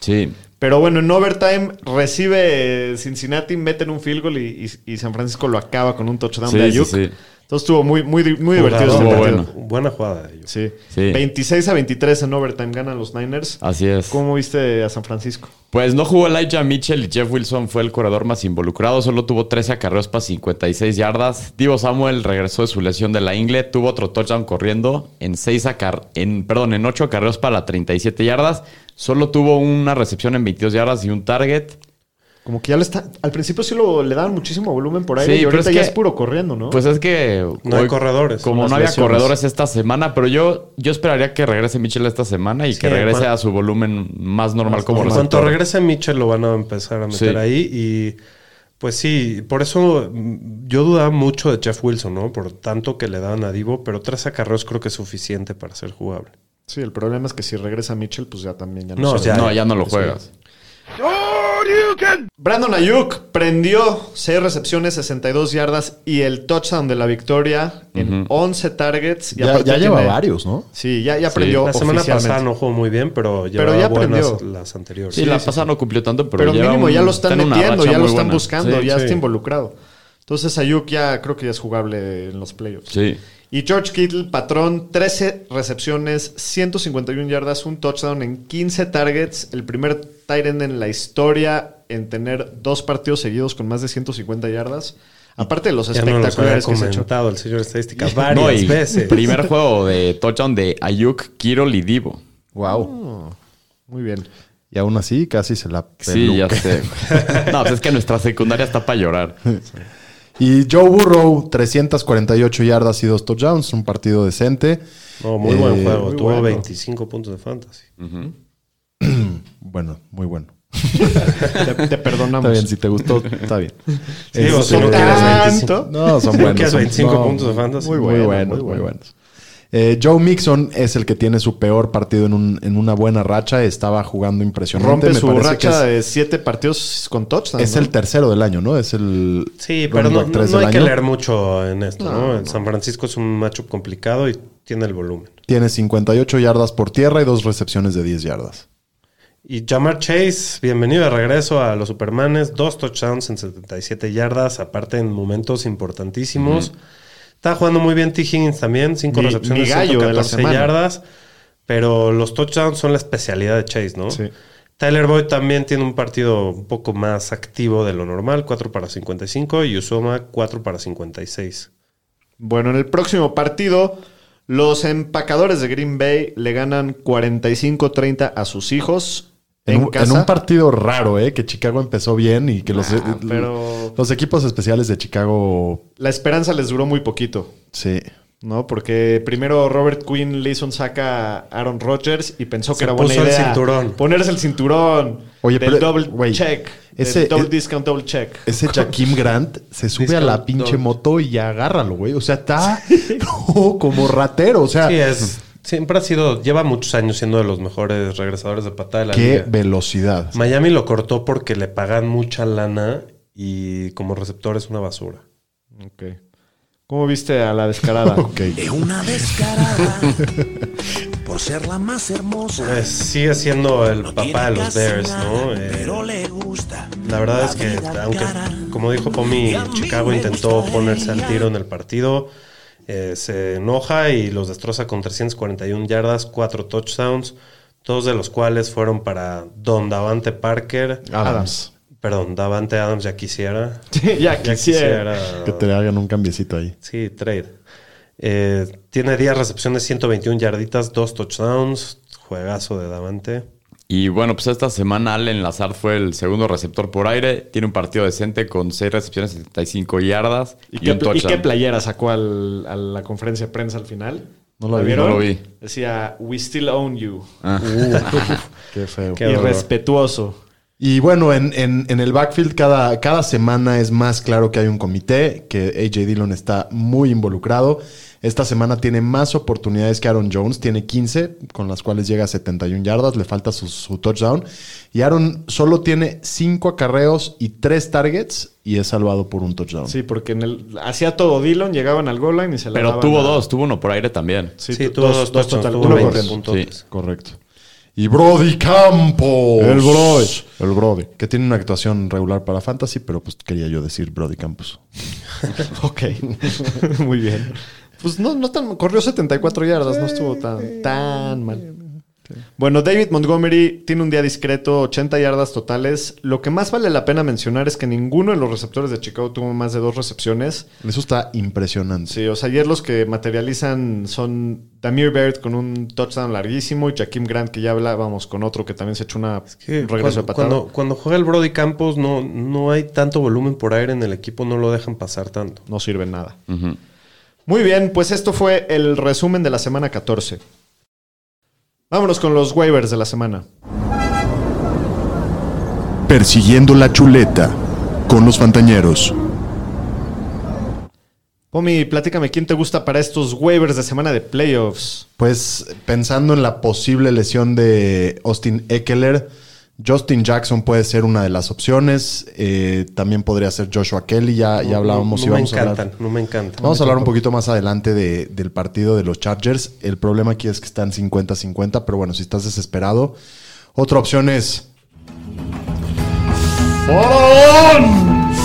Speaker 5: Sí.
Speaker 4: Pero bueno, en overtime recibe Cincinnati, meten un field goal y, y- y San Francisco lo acaba con un touchdown
Speaker 5: Sí,
Speaker 4: de
Speaker 5: sí,
Speaker 4: Ayuk.
Speaker 5: sí.
Speaker 4: Entonces estuvo muy, muy, di- muy divertido este
Speaker 6: Jugado.
Speaker 4: partido.
Speaker 6: Buena jugada de ellos.
Speaker 4: Sí.
Speaker 5: Sí.
Speaker 4: 26 a 23 en overtime ganan los Niners.
Speaker 5: Así es.
Speaker 4: ¿Cómo viste a San Francisco?
Speaker 5: Pues no jugó Elijah Mitchell y Jeff Wilson fue el corredor más involucrado. Solo tuvo 13 acarreos para 56 yardas. Divo Samuel regresó de su lesión de la ingle. Tuvo otro touchdown corriendo en seis acar- en, perdón, en 8 acarreos para 37 yardas. Solo tuvo una recepción en 22 yardas y un target.
Speaker 4: Como que ya le está. Al principio sí lo, le daban muchísimo volumen por aire
Speaker 5: Sí,
Speaker 4: y
Speaker 5: pero
Speaker 4: ahorita
Speaker 5: es
Speaker 4: ya
Speaker 5: que-
Speaker 4: es puro corriendo, ¿no?
Speaker 5: Pues es que.
Speaker 6: No hay corredores.
Speaker 5: Como
Speaker 6: Las
Speaker 5: no había
Speaker 6: lesiones.
Speaker 5: corredores esta semana, pero yo, yo esperaría que regrese Mitchell esta semana y que regrese
Speaker 6: bueno.
Speaker 5: a su volumen más normal como
Speaker 6: En cuanto
Speaker 5: receptor.
Speaker 6: regrese Mitchell lo van a empezar a meter
Speaker 5: Sí.
Speaker 6: ahí y pues sí, por eso mm, yo dudaba mucho de Jeff Wilson, ¿no? Por tanto que le daban a Divo, pero tres acarreos creo que es suficiente para ser jugable.
Speaker 4: sí, el problema es que si regresa Mitchell, pues ya también ya no,
Speaker 6: No,
Speaker 4: sabe.
Speaker 6: ya.
Speaker 5: No, ya no lo juegas.
Speaker 4: Brandon Ayuk prendió 6 recepciones, 62 yardas y el touchdown de la victoria en 11 targets. Y
Speaker 7: Ya,
Speaker 4: aparte
Speaker 7: ya lleva
Speaker 4: tiene-
Speaker 7: varios, ¿no?
Speaker 4: Sí, ya, ya prendió
Speaker 6: La semana
Speaker 4: oficialmente.
Speaker 6: pasada no jugó muy bien, pero,
Speaker 4: Pero
Speaker 6: llevaba
Speaker 4: ya
Speaker 6: buenas
Speaker 4: aprendió.
Speaker 6: las anteriores.
Speaker 5: Sí, la pasada no cumplió tanto, pero,
Speaker 4: Pero
Speaker 5: lleva
Speaker 4: mínimo ya
Speaker 5: un-
Speaker 4: lo están
Speaker 5: está en una
Speaker 4: metiendo,
Speaker 5: racha
Speaker 4: ya lo
Speaker 5: muy
Speaker 4: están
Speaker 5: buena.
Speaker 4: buscando,
Speaker 5: Sí,
Speaker 4: ya
Speaker 5: sí.
Speaker 4: está involucrado. Entonces Ayuk ya creo que ya es jugable en los playoffs.
Speaker 5: Sí.
Speaker 4: Y George Kittle, patrón, 13 recepciones, 151 yardas, un touchdown en 15 targets, el primer tight end en la historia en tener dos partidos seguidos con más de 150 yardas. Aparte de los
Speaker 6: Ya no nos había
Speaker 4: espectaculares que se ha hecho.
Speaker 6: comentado el señor estadística varias
Speaker 5: No, y
Speaker 6: veces.
Speaker 5: Primer juego de touchdown de Ayuk, Kirol y Divo.
Speaker 7: Wow.
Speaker 4: Muy bien.
Speaker 7: Y aún así casi se la
Speaker 5: Sí, ya
Speaker 7: peluca.
Speaker 5: sé. No, pues es que nuestra secundaria está para llorar.
Speaker 7: Y Joe Burrow, 348 yardas y dos touchdowns, un partido decente.
Speaker 6: No, muy
Speaker 7: Eh,
Speaker 6: buen juego.
Speaker 4: muy
Speaker 6: Tuvo
Speaker 4: bueno.
Speaker 6: 25 puntos de fantasy.
Speaker 7: Bueno, muy bueno.
Speaker 4: Te, te perdonamos.
Speaker 7: Está bien, si te gustó, está bien.
Speaker 6: Sí, o si
Speaker 7: Este,
Speaker 6: no quieres
Speaker 4: tanto.
Speaker 6: 25.
Speaker 7: No, son
Speaker 6: Si no
Speaker 7: buenos.
Speaker 6: quieres
Speaker 7: son-
Speaker 6: 25
Speaker 7: no,
Speaker 6: puntos de fantasy.
Speaker 7: Muy
Speaker 6: Muy
Speaker 7: buenos, muy
Speaker 6: bueno,
Speaker 7: buenos.
Speaker 6: muy
Speaker 7: Eh, Joe Mixon es el que tiene su peor partido en, un- en una buena racha. Estaba jugando impresionante.
Speaker 4: Rompe su
Speaker 7: parece que
Speaker 4: racha
Speaker 7: es-
Speaker 4: de 7 partidos con touchdown.
Speaker 7: Es
Speaker 4: ¿no?
Speaker 7: el tercero del año, ¿no? Es el.
Speaker 6: Sí,
Speaker 7: running
Speaker 6: pero no,
Speaker 7: back
Speaker 6: no-
Speaker 7: tres
Speaker 6: no
Speaker 7: del
Speaker 6: hay que
Speaker 7: año.
Speaker 6: leer mucho en esto, ¿no? En San Francisco es un matchup complicado y tiene el volumen.
Speaker 7: Tiene 58 yardas por tierra y dos recepciones de 10 yardas.
Speaker 6: Y Jamar Chase, bienvenido de regreso a los Supermanes. Dos touchdowns en 77 yardas, aparte en momentos importantísimos. Está jugando muy bien T. Higgins también, cinco
Speaker 4: Mi-
Speaker 6: recepciones,
Speaker 4: mi gallo de la
Speaker 6: 114
Speaker 4: semana.
Speaker 6: yardas. Pero los touchdowns son la especialidad de Chase, ¿no?
Speaker 4: Sí.
Speaker 6: Tyler Boyd también tiene un partido un poco más activo de lo normal, 4 para 55, y Usoma 4 para 56.
Speaker 4: Bueno, en el próximo partido, los empacadores de Green Bay le ganan 45-30 a sus hijos en,
Speaker 7: En, un,
Speaker 4: casa.
Speaker 7: en un partido raro, ¿eh? Que Chicago empezó bien y que los,
Speaker 4: Ah, pero-
Speaker 7: los equipos especiales de Chicago.
Speaker 4: La esperanza les duró muy poquito,
Speaker 7: Sí.
Speaker 4: ¿no? Porque primero Robert Quinn le hizo un saca a Aaron Rodgers y pensó que
Speaker 6: Se
Speaker 4: era buena
Speaker 6: puso el
Speaker 4: idea
Speaker 6: cinturón.
Speaker 4: Ponerse el cinturón.
Speaker 7: Oye,
Speaker 4: del
Speaker 7: pero,
Speaker 4: double
Speaker 7: güey,
Speaker 4: check.
Speaker 7: ese-
Speaker 4: del double
Speaker 7: eh,
Speaker 4: discount, double check.
Speaker 7: Ese Jaquim Grant se sube a la
Speaker 6: Discount
Speaker 7: pinche
Speaker 6: dog.
Speaker 7: moto y agárralo, güey. O sea, está no, como ratero. O sea,
Speaker 6: Sí, es, siempre ha sido, lleva muchos años siendo de los mejores regresadores de patada de la
Speaker 7: qué
Speaker 6: liga.
Speaker 7: velocidad.
Speaker 6: Miami lo cortó porque le pagan mucha lana y como receptor es una basura.
Speaker 4: Ok. ¿Cómo viste a la descarada?
Speaker 7: Ok.
Speaker 3: una descarada por ser la más hermosa.
Speaker 6: Eh, sigue siendo el papá de los Bears, ¿no? Eh,
Speaker 3: le gusta.
Speaker 6: la verdad es que, aunque, como dijo Pomi, Chicago intentó ponerse al tiro en el partido, eh, se enoja y los destroza con 341 yardas, 4 touchdowns, dos de los cuales fueron para Don Davante Parker.
Speaker 7: Adams.
Speaker 6: Perdón, Davante Adams ya quisiera.
Speaker 4: ya quisiera.
Speaker 6: quisiera.
Speaker 7: Que te hagan un cambiecito ahí.
Speaker 6: Sí, trade. Eh, tiene 10 recepciones, 121 yarditas, 2 touchdowns. Juegazo de Davante.
Speaker 5: Y bueno, pues esta semana Allen Lazard fue el segundo receptor por aire. Tiene un partido decente con seis recepciones, 75 yardas
Speaker 4: ¿Y,
Speaker 5: y,
Speaker 4: qué,
Speaker 5: un
Speaker 4: pl- y qué
Speaker 5: touchdown.
Speaker 4: playera sacó al- a la conferencia de prensa al final?
Speaker 7: No la
Speaker 4: ¿La
Speaker 7: vi,
Speaker 4: vieron?
Speaker 5: no lo vi.
Speaker 4: Decía, we still own you. Uh,
Speaker 7: Qué feo.
Speaker 6: Qué horror.
Speaker 4: Irrespetuoso.
Speaker 7: Y bueno, en, en- en el backfield cada, cada semana es más claro que hay un comité, que AJ Dillon está muy involucrado. Esta semana tiene más oportunidades que Aaron Jones, tiene 15, con las cuales llega a 71 yardas, le falta su, su touchdown. Y Aaron solo tiene 5 acarreos y 3 targets y es salvado por un touchdown.
Speaker 4: Sí, porque en el, hacía todo Dillon, llegaban al goal line y se la
Speaker 5: Pero
Speaker 4: daban
Speaker 5: tuvo
Speaker 4: a-
Speaker 5: dos, tuvo uno por aire también.
Speaker 6: Sí, tuvo dos touchdowns,
Speaker 4: total,
Speaker 6: tuvo
Speaker 4: uno
Speaker 6: 20
Speaker 4: corriendo.
Speaker 6: puntos.
Speaker 5: Sí.
Speaker 7: Correcto. Y Brody Campos.
Speaker 4: El Brody. El Brody.
Speaker 7: Que tiene una actuación regular para Fantasy, pero pues quería yo decir Brody Campos.
Speaker 4: Ok. Muy bien. Pues no, no tan. Corrió 74 yardas, no estuvo tan, tan mal. Bueno, David Montgomery tiene un día discreto, 80 yardas totales. Lo que más vale la pena mencionar es que ninguno de los receptores de Chicago tuvo más de dos recepciones.
Speaker 7: Eso está impresionante.
Speaker 4: Sí, o sea, ayer los que materializan son Damir Baird con un touchdown larguísimo y Jaquim Grant, que ya hablábamos con otro que también se echó una
Speaker 6: Que
Speaker 4: un regreso de
Speaker 6: cuando,
Speaker 4: patada.
Speaker 6: Cuando, cuando juega el Brody Campos, no, no hay tanto volumen por aire en el equipo, no lo dejan pasar tanto.
Speaker 4: No sirve nada. Muy bien, pues esto fue el resumen de la semana 14. Vámonos con los waivers de la semana.
Speaker 2: Persiguiendo la chuleta con los Fantañeros.
Speaker 4: Pomi, platícame quién te gusta para estos waivers de semana de playoffs.
Speaker 7: Pues pensando en la posible lesión de Austin Eckler, Justin Jackson puede ser una de las opciones. Eh, también podría ser Joshua Kelly. Ya, ya hablábamos
Speaker 6: no,
Speaker 7: y
Speaker 6: no
Speaker 7: vamos
Speaker 6: me
Speaker 7: a hablar-
Speaker 6: encantan, no me encantan.
Speaker 7: Vamos a hablar un poquito más adelante de- del partido de los Chargers. El problema aquí es que están 50-50, pero bueno, si estás desesperado, otra opción es.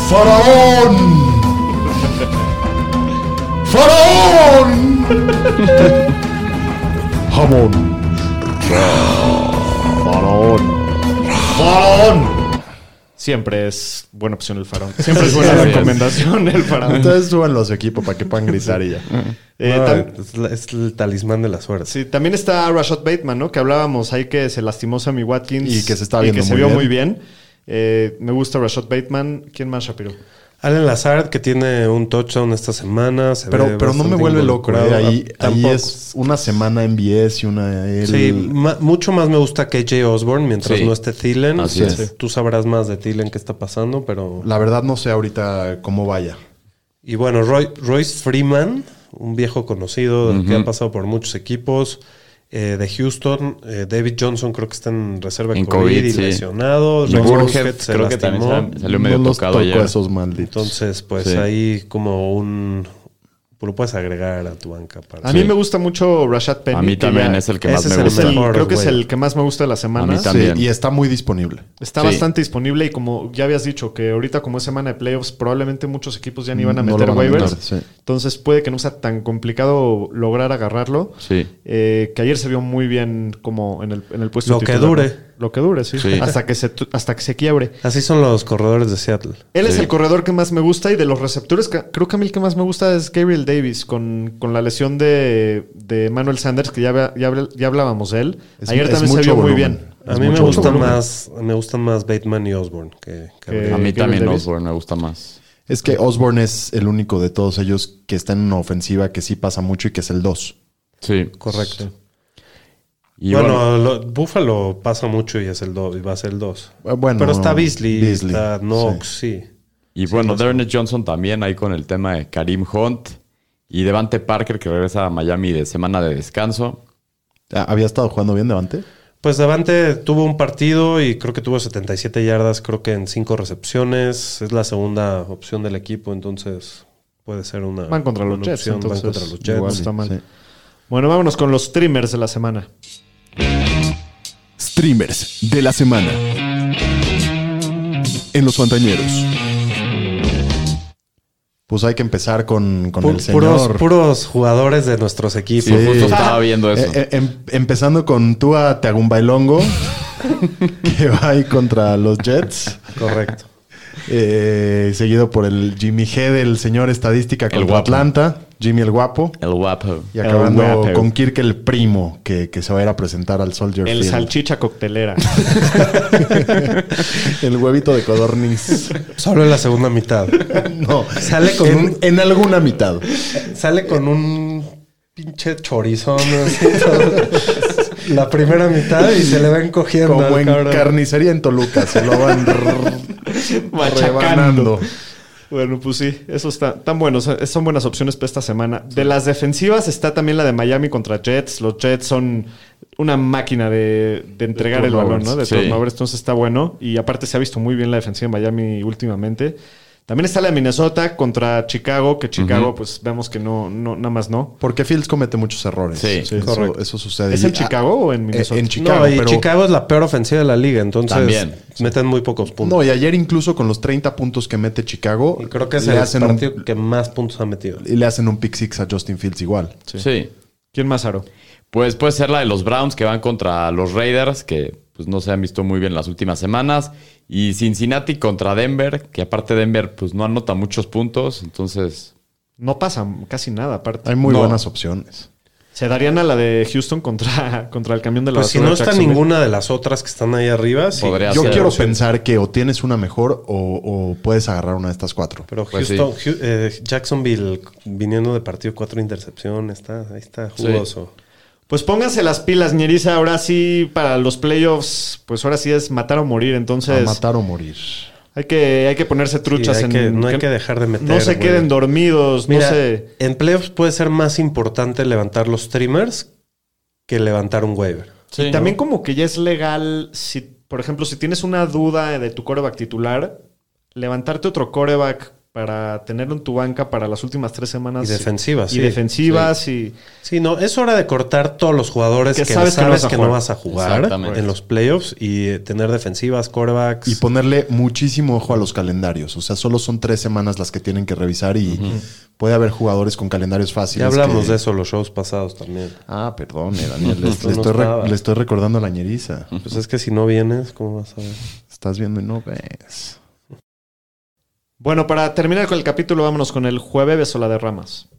Speaker 7: ¡Faraón! ¡Faraón! ¡Faraón! ¡Jamón!
Speaker 4: Farón. Farón. Siempre es buena opción el farón. Siempre es buena
Speaker 5: Siempre es.
Speaker 4: recomendación el farón.
Speaker 7: "Ah, Entonces súbanlo a su equipo para que puedan gritar y ya.
Speaker 6: Mm.
Speaker 4: Eh,
Speaker 6: No,
Speaker 4: tam-
Speaker 6: es, la- es el talismán de la suerte.
Speaker 4: Sí, también está Rashad Bateman, ¿no? Que hablábamos ahí que se lastimó Sammy Watkins.
Speaker 7: Y que se está
Speaker 4: y
Speaker 7: viendo
Speaker 4: que se
Speaker 7: muy
Speaker 4: vio
Speaker 7: bien.
Speaker 4: muy bien. Eh, me gusta Rashad Bateman. ¿Quién más, Shapiro?
Speaker 6: Alan Lazard, que tiene un touchdown esta semana. se ve
Speaker 7: Pero, pero no me
Speaker 6: bastante
Speaker 7: vuelve loco. eh.
Speaker 6: involucrado.
Speaker 7: Ahí,
Speaker 6: Ah,
Speaker 7: ahí
Speaker 6: tampoco.
Speaker 7: es una semana en BS y una él.
Speaker 6: Sí, ma- mucho más me gusta KJ Osborne mientras
Speaker 5: Sí.
Speaker 6: no esté Thielen.
Speaker 5: Así
Speaker 6: Sí.
Speaker 5: es.
Speaker 6: Tú sabrás más de Thielen qué está pasando, pero...
Speaker 7: La verdad no sé ahorita cómo vaya.
Speaker 6: Y bueno, Roy- Royce Freeman, un viejo conocido del que ha pasado por muchos equipos eh, de Houston. Eh, David Johnson creo que está en reserva de
Speaker 5: En
Speaker 6: COVID,
Speaker 5: COVID,
Speaker 6: y
Speaker 5: sí.
Speaker 6: lesionado.
Speaker 5: Y
Speaker 6: Rex
Speaker 5: Burhead
Speaker 6: Burkhead se
Speaker 5: creo que
Speaker 6: lastimó.
Speaker 5: también sal- salió medio
Speaker 7: no los
Speaker 5: tocado
Speaker 7: toco
Speaker 5: ayer.
Speaker 7: a esos malditos.
Speaker 6: Entonces, pues
Speaker 5: Sí.
Speaker 6: ahí como un... Lo puedes agregar a tu banca. Para
Speaker 4: A mí me gusta mucho Rashad Penny.
Speaker 5: A mí
Speaker 4: que
Speaker 5: también
Speaker 4: ya-
Speaker 5: es el que más
Speaker 6: ese es
Speaker 5: me
Speaker 6: el
Speaker 5: gusta.
Speaker 6: mejor.
Speaker 4: Sí, creo que es
Speaker 6: güey.
Speaker 4: el que más me gusta de la
Speaker 5: A
Speaker 4: semana.
Speaker 5: mí también.
Speaker 7: Sí, y está muy disponible.
Speaker 4: Está
Speaker 5: Sí.
Speaker 4: bastante disponible y como ya habías dicho, que ahorita como es semana de playoffs, probablemente muchos equipos ya ni
Speaker 5: Mm,
Speaker 4: van a
Speaker 7: No lo
Speaker 4: meter
Speaker 7: van a
Speaker 4: waivers.
Speaker 7: meter, sí.
Speaker 4: Entonces puede que no sea tan complicado lograr agarrarlo.
Speaker 5: Sí.
Speaker 4: Eh, que ayer se vio muy bien como en el, en el puesto
Speaker 6: Lo que
Speaker 4: titular,
Speaker 6: dure.
Speaker 4: ¿no? Lo que dure, sí.
Speaker 5: Sí.
Speaker 4: Hasta, que se, tu- hasta que se quiebre.
Speaker 6: Así son los corredores de Seattle.
Speaker 4: Él es
Speaker 5: Sí.
Speaker 4: el corredor que más me gusta y de los receptores, que- creo que a mí el que más me gusta es Gabriel Davis con, con la lesión de, de Manuel Sanders, que ya, había- ya, habl- ya hablábamos de él.
Speaker 7: Es-
Speaker 4: Ayer
Speaker 7: es
Speaker 4: también se
Speaker 7: mucho
Speaker 4: vio muy
Speaker 7: volumen.
Speaker 4: bien.
Speaker 6: A
Speaker 7: Es
Speaker 6: mí me
Speaker 7: mucho
Speaker 6: gusta
Speaker 7: volumen.
Speaker 6: más, me gustan más Bateman y Osborne que, que
Speaker 4: Que-
Speaker 6: Abreu.
Speaker 5: A mí
Speaker 4: Gabriel
Speaker 5: también
Speaker 4: Davis.
Speaker 5: Osborne me gusta más.
Speaker 7: Es que Osborne es el único de todos ellos que está en una ofensiva que sí pasa mucho y que es el 2.
Speaker 5: Sí.
Speaker 6: Correcto.
Speaker 5: Y
Speaker 6: bueno,
Speaker 5: bueno,
Speaker 6: lo- Buffalo pasa mucho y es el 2 y va a ser el 2.
Speaker 7: Eh, bueno,
Speaker 6: pero está Beasley,
Speaker 7: Beasley,
Speaker 6: está Knox, sí.
Speaker 5: y bueno Darnell Johnson también ahí con el tema de Karim Hunt y Devante Parker que regresa a Miami de semana de descanso.
Speaker 7: Ah, ¿Había estado jugando bien Devante?
Speaker 6: Pues Davante tuvo un partido y creo que tuvo 77 yardas, creo que en 5 recepciones. Es la segunda opción del equipo, entonces puede ser una.
Speaker 4: Van contra los
Speaker 6: una
Speaker 4: Jets.
Speaker 6: opción, van
Speaker 4: entonces,
Speaker 6: contra los Jets.
Speaker 4: igual está mal.
Speaker 7: sí.
Speaker 4: Bueno, vámonos con los streamers de la semana.
Speaker 2: Streamers de la semana. En los Fantañeros.
Speaker 7: Pues hay que empezar con, con
Speaker 6: Pu-
Speaker 7: el señor.
Speaker 6: puros, puros jugadores de nuestros equipos.
Speaker 5: Sí, justo estaba viendo eso.
Speaker 7: Eh, eh, em- empezando con Tua Tagumbbailongo, que va ahí contra los Jets.
Speaker 6: Correcto.
Speaker 7: Eh, seguido por el Jimmy G del señor estadística contra
Speaker 5: guapo.
Speaker 7: Atlanta, Jimmy el guapo.
Speaker 5: El guapo.
Speaker 7: Y acabando
Speaker 4: El guapo.
Speaker 7: con Kirk el primo, que, que se va a ir a presentar al Soldier
Speaker 4: El
Speaker 7: Field.
Speaker 4: salchicha coctelera.
Speaker 7: el huevito de codorniz.
Speaker 6: Solo en la segunda mitad.
Speaker 7: No,
Speaker 6: Sale con
Speaker 7: en,
Speaker 6: un-
Speaker 7: en alguna mitad.
Speaker 6: Sale con un pinche chorizón. así, la primera mitad y se le va encogiendo.
Speaker 7: Como
Speaker 6: al
Speaker 7: en
Speaker 6: cabrón.
Speaker 7: carnicería en Toluca, se lo van rebanando.
Speaker 4: bueno, pues sí, eso está tan buenos. eh, Son buenas opciones para esta semana. De las defensivas está también la de Miami contra Jets. Los Jets son una máquina de, de entregar el balón, ¿no? De
Speaker 5: Sí.
Speaker 4: turnovers, entonces está bueno. Y aparte se ha visto muy bien la defensiva de Miami últimamente. También está la de Minnesota contra Chicago, que Chicago, pues vemos que no, no, nada más no.
Speaker 7: Porque Fields comete muchos errores.
Speaker 5: Sí,
Speaker 7: Eso-
Speaker 6: correcto.
Speaker 7: Eso sucede.
Speaker 4: ¿Es en
Speaker 7: Y-
Speaker 4: Chicago o en
Speaker 7: eh,
Speaker 4: Minnesota?
Speaker 7: En Chicago.
Speaker 6: no, y
Speaker 7: pero-
Speaker 6: Chicago es la peor ofensiva de la liga, entonces
Speaker 5: También.
Speaker 6: meten muy pocos puntos.
Speaker 7: ah, No, y ayer incluso con los 30 puntos que mete Chicago,
Speaker 6: y creo que es
Speaker 7: le,
Speaker 6: el
Speaker 7: hacen un,
Speaker 6: partido que más puntos ha metido.
Speaker 7: le hacen un pick six a Justin Fields igual.
Speaker 5: Sí.
Speaker 4: ¿Quién más, Aro?
Speaker 5: Pues puede ser la de los Browns que van contra los Raiders, que pues no se han visto muy bien las últimas semanas. Y Cincinnati contra Denver, que aparte Denver pues no anota muchos puntos. Entonces,
Speaker 4: No pasa casi nada, aparte.
Speaker 7: Hay muy
Speaker 5: No.
Speaker 7: buenas opciones.
Speaker 4: Se darían a la de Houston contra, contra el camión de la
Speaker 6: Pues si
Speaker 4: basura de
Speaker 6: no está
Speaker 4: Jacksonville.
Speaker 6: ninguna de las otras que están ahí arriba, sí.
Speaker 5: Podría
Speaker 7: Yo
Speaker 5: ser.
Speaker 7: quiero
Speaker 5: Sí.
Speaker 7: pensar que o tienes una mejor o, o puedes agarrar una de estas cuatro.
Speaker 6: Pero
Speaker 5: Pues
Speaker 6: Houston, Hu- eh, Jacksonville viniendo de partido cuatro intercepciones, está, ahí está jugoso.
Speaker 4: Pues pónganse las pilas, ñeriza. Ahora sí, para los playoffs, pues ahora sí es matar o morir.
Speaker 7: a
Speaker 4: Entonces,
Speaker 7: matar o morir.
Speaker 4: hay que, hay que ponerse truchas
Speaker 6: hay
Speaker 4: en.
Speaker 6: que- no hay que dejar de meter,
Speaker 4: No se
Speaker 6: güey.
Speaker 4: queden dormidos,
Speaker 6: Mira,
Speaker 4: no se.
Speaker 6: en playoffs puede ser más importante levantar los streamers que levantar un waiver.
Speaker 5: sí,
Speaker 4: También como que ya es legal, si, por ejemplo, si tienes una duda de tu coreback titular, levantarte otro coreback para tenerlo en tu banca para las últimas tres semanas.
Speaker 6: Y defensivas,
Speaker 4: Ah, Y
Speaker 6: sí.
Speaker 4: defensivas
Speaker 6: Sí, no, es hora de cortar todos los jugadores que, sabes, que, no, vas
Speaker 4: a jugar.
Speaker 6: a jugar
Speaker 5: Exactamente.
Speaker 6: en los playoffs y eh, tener defensivas, corebacks.
Speaker 7: Y ponerle muchísimo ojo a los calendarios. O sea, solo son tres semanas las que tienen que revisar y puede haber jugadores con calendarios fáciles.
Speaker 6: ya hablamos
Speaker 7: que-
Speaker 6: de eso los shows pasados también.
Speaker 7: Ah, perdone, Daniel. le,
Speaker 6: Esto
Speaker 7: le
Speaker 6: no
Speaker 7: estoy re-
Speaker 6: estaba.
Speaker 7: le estoy recordando la ñeriza.
Speaker 6: Pues es que si no vienes, ¿cómo vas a ver?
Speaker 7: Estás viendo y no ves.
Speaker 4: Bueno, para terminar con el capítulo, vámonos con el jueves o la de ramas.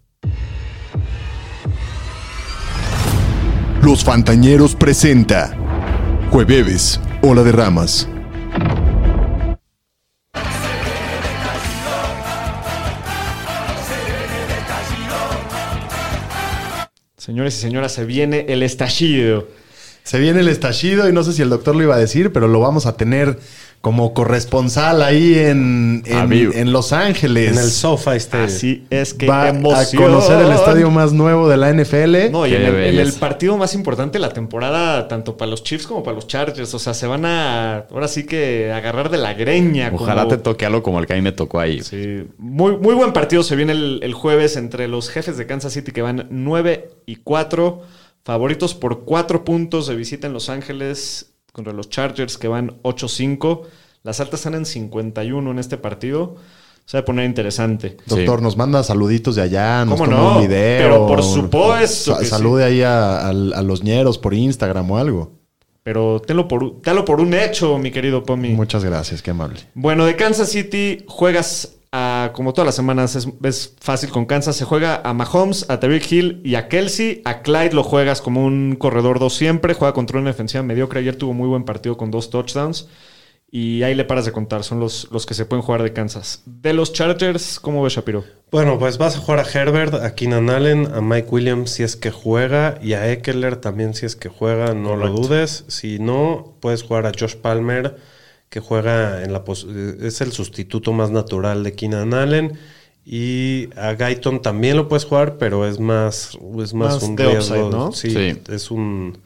Speaker 2: Los Fantañeros presenta Jueves, Ola de Ramas.
Speaker 4: Señores y señoras, se viene el estallido.
Speaker 7: Se viene el estallido y no sé si el doctor lo iba a decir, pero lo vamos a tener como corresponsal ahí en,
Speaker 5: A
Speaker 7: en,
Speaker 5: vivo.
Speaker 7: en Los Ángeles.
Speaker 6: En el SoFi Stadium.
Speaker 4: Así es que
Speaker 7: Va
Speaker 4: emoción.
Speaker 7: a conocer el estadio más nuevo de la NFL.
Speaker 4: No, y
Speaker 5: Qué
Speaker 4: en el, en el
Speaker 5: belleza.
Speaker 4: partido más importante de la temporada, tanto para los Chiefs como para los Chargers. O sea, se van a ahora sí que agarrar de la greña.
Speaker 5: ojalá
Speaker 4: como-
Speaker 5: te toque algo como el que a mí me tocó ahí.
Speaker 4: Sí, muy, muy buen partido se viene el, el jueves entre los jefes de Kansas City que van 9 y 4, favoritos por 4 puntos de visita en Los Ángeles contra los Chargers que van 8-5. Las altas están en 51 en este partido. Se va a poner interesante.
Speaker 7: Doctor, nos manda saluditos de allá, nos
Speaker 4: ¿Cómo
Speaker 7: toma
Speaker 4: no?
Speaker 7: un video.
Speaker 4: Pero por supuesto que sí.
Speaker 7: salude ahí a, al- a los ñeros por Instagram o algo.
Speaker 4: Pero tenlo por, un- dalo por un hecho, mi querido Pomi.
Speaker 7: Muchas gracias, qué amable.
Speaker 4: Bueno, de Kansas City juegas a, como todas las semanas, es, es fácil con Kansas, se juega a Mahomes, a Tyreek Hill y a Kelsey. A Clyde lo juegas como un corredor 2 siempre, juega contra una defensiva mediocre. Ayer tuvo muy buen partido con dos touchdowns. Y ahí le paras de contar, son los, los que se pueden jugar de Kansas. De los Chargers, ¿cómo ves, Shapiro?
Speaker 6: Bueno, pues vas a jugar a Herbert, a Keenan Allen, a Mike Williams si es que juega y a Eckler también si es que juega, no lo dudes. Si no, puedes jugar a Josh Palmer que juega en la pos- eh, es el sustituto más natural de Keenan Allen y a Guyton también lo puedes jugar, pero es más es más,
Speaker 4: Más
Speaker 6: un
Speaker 4: de
Speaker 6: riesgo,
Speaker 4: upside, ¿no?
Speaker 6: Sí,
Speaker 5: Sí.
Speaker 6: es un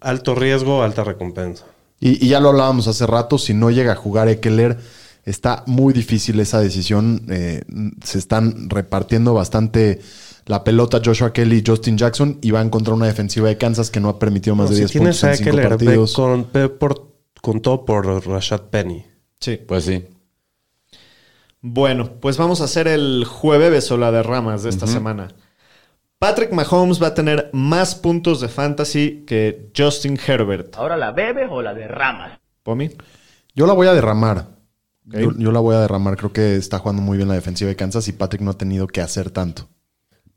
Speaker 6: alto riesgo, alta recompensa.
Speaker 7: Y, y ya lo hablábamos hace rato, si no llega a jugar Eckler, está muy difícil esa decisión. eh, se están repartiendo bastante la pelota Joshua Kelly y Justin Jackson y van contra una defensiva de Kansas que no ha permitido más
Speaker 6: No,
Speaker 7: de
Speaker 6: si
Speaker 7: 10
Speaker 6: tienes
Speaker 7: puntos
Speaker 6: a
Speaker 7: en cinco
Speaker 6: Eckler, ve
Speaker 7: partidos.
Speaker 6: con, ve por- con todo por Rashad Penny.
Speaker 4: Sí.
Speaker 5: Pues sí.
Speaker 4: Bueno, pues vamos a hacer el jueves o la de ramas de esta semana. Patrick Mahomes va a tener más puntos de fantasy que Justin Herbert.
Speaker 9: Ahora la bebes o la derramas.
Speaker 4: ¿Pomi?
Speaker 7: Yo la voy a derramar. Yo, yo la voy a derramar. Creo que está jugando muy bien la defensiva de Kansas y Patrick no ha tenido que hacer tanto.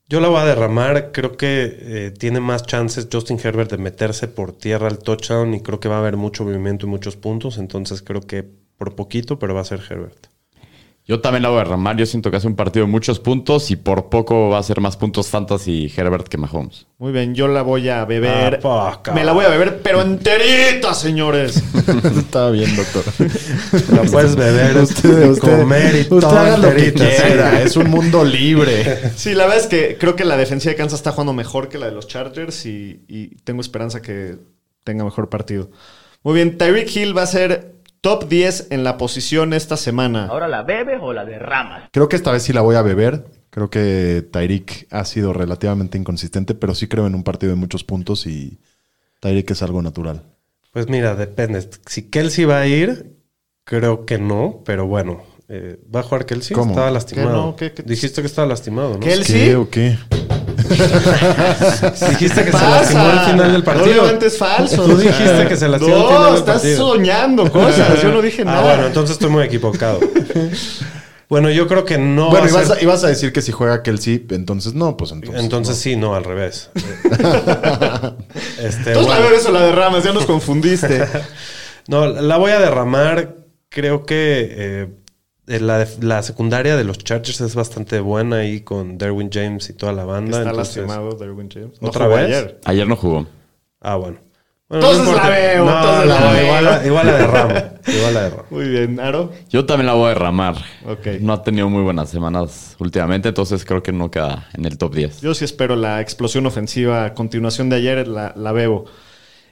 Speaker 6: Yo la voy a derramar. Creo que eh, tiene más chances Justin Herbert de meterse por tierra al touchdown y creo que va a haber mucho movimiento y muchos puntos. Entonces creo que por poquito, pero va a ser Herbert.
Speaker 5: Yo también la voy a derramar. Yo siento que hace un partido de muchos puntos y por poco va a ser más puntos fantasy Herbert que Mahomes.
Speaker 4: Muy bien, yo la voy a beber.
Speaker 6: Ah, poca.
Speaker 4: Me la voy a beber, pero enterita, señores.
Speaker 7: Estaba bien, doctor.
Speaker 6: La puedes beber,
Speaker 7: usted, usted,
Speaker 6: comer y
Speaker 7: usted
Speaker 6: todo
Speaker 7: haga lo que
Speaker 6: enterita, sí.
Speaker 7: quiera. Es un mundo libre.
Speaker 4: Sí, la verdad es que creo que la defensa de Kansas está jugando mejor que la de los Chargers y, y tengo esperanza que tenga mejor partido. Muy bien, Tyreek Hill va a ser Top 10 en la posición esta semana.
Speaker 11: ¿Ahora la bebes o la derramas?
Speaker 7: Creo que esta vez sí la voy a beber. Creo que Tyreek ha sido relativamente inconsistente, pero sí creo en un partido de muchos puntos y Tyreek es algo natural.
Speaker 6: Pues mira, depende. Si Kelsey va a ir, creo que no, pero bueno. eh, ¿Va a jugar Kelsey?
Speaker 7: ¿Cómo?
Speaker 6: Estaba lastimado.
Speaker 4: ¿Qué no? ¿Qué- qué-
Speaker 6: Dijiste que estaba lastimado, ¿no?
Speaker 7: ¿Qué
Speaker 4: ¿Kelsey?
Speaker 7: o qué?
Speaker 6: Dijiste que se
Speaker 4: pasa?
Speaker 6: lastimó al final del partido.
Speaker 4: No levantes falso.
Speaker 6: Tú dijiste que se lastimó al
Speaker 4: No,
Speaker 6: final del
Speaker 4: estás
Speaker 6: partido.
Speaker 4: soñando cosas. Yo no dije
Speaker 6: Ah,
Speaker 4: nada.
Speaker 6: bueno, entonces estoy muy equivocado. bueno, yo creo que no.
Speaker 7: bueno,
Speaker 6: va a
Speaker 7: ibas
Speaker 6: ser-
Speaker 7: a, ibas a decir que si juega Kelsey, entonces no, pues entonces.
Speaker 6: Entonces sí, no, al revés. este,
Speaker 4: Tú la
Speaker 6: bueno.
Speaker 4: bebes o la derramas, ya nos confundiste.
Speaker 6: No, la voy a derramar. Creo que eh, eh, la, la secundaria de los Chargers es bastante buena ahí con Derwin James y toda la banda.
Speaker 4: Está
Speaker 6: entonces-
Speaker 4: lastimado Derwin James.
Speaker 6: ¿Otra
Speaker 4: jugó
Speaker 6: vez?
Speaker 4: ayer.
Speaker 5: Ayer no jugó.
Speaker 6: Ah, bueno. Bueno,
Speaker 4: Entonces la
Speaker 6: importa.
Speaker 4: veo,
Speaker 6: No,
Speaker 4: entonces la
Speaker 6: no,
Speaker 4: veo.
Speaker 6: Igual, la- igual la derramo. Igual la derramo.
Speaker 4: Muy bien, Aro.
Speaker 5: Yo también la voy a derramar.
Speaker 4: Ok.
Speaker 5: No ha tenido muy buenas semanas últimamente, entonces creo que no queda en el top 10.
Speaker 4: Yo sí espero la explosión ofensiva a continuación de ayer, la, la bebo.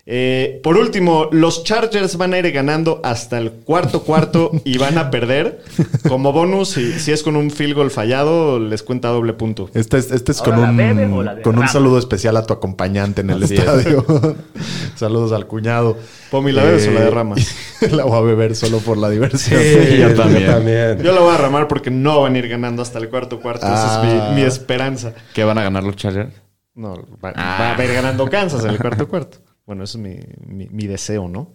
Speaker 4: Eh, por último, los Chargers van a ir ganando hasta el cuarto cuarto y van a perder. Como bonus, si, si es con un field goal fallado, les cuenta doble punto.
Speaker 7: Este es, este es
Speaker 11: ¿Ahora
Speaker 7: con,
Speaker 11: la bebes o
Speaker 7: un,
Speaker 11: la derramas?
Speaker 7: con un saludo especial a tu acompañante en el
Speaker 5: Así es.
Speaker 7: estadio. Saludos al cuñado. Eh,
Speaker 4: Pomi, ¿la bebes o la derramas?
Speaker 7: la voy a beber solo por la diversión.
Speaker 5: Sí, yo también.
Speaker 4: Yo la voy a derramar porque no van a ir ganando hasta el cuarto cuarto. Esa
Speaker 7: Ah.
Speaker 4: es mi, mi esperanza.
Speaker 5: ¿Qué van a ganar los Chargers?
Speaker 4: No, va, va a haber ganando Kansas en el cuarto cuarto. Bueno, eso es mi, mi- mi deseo, ¿no?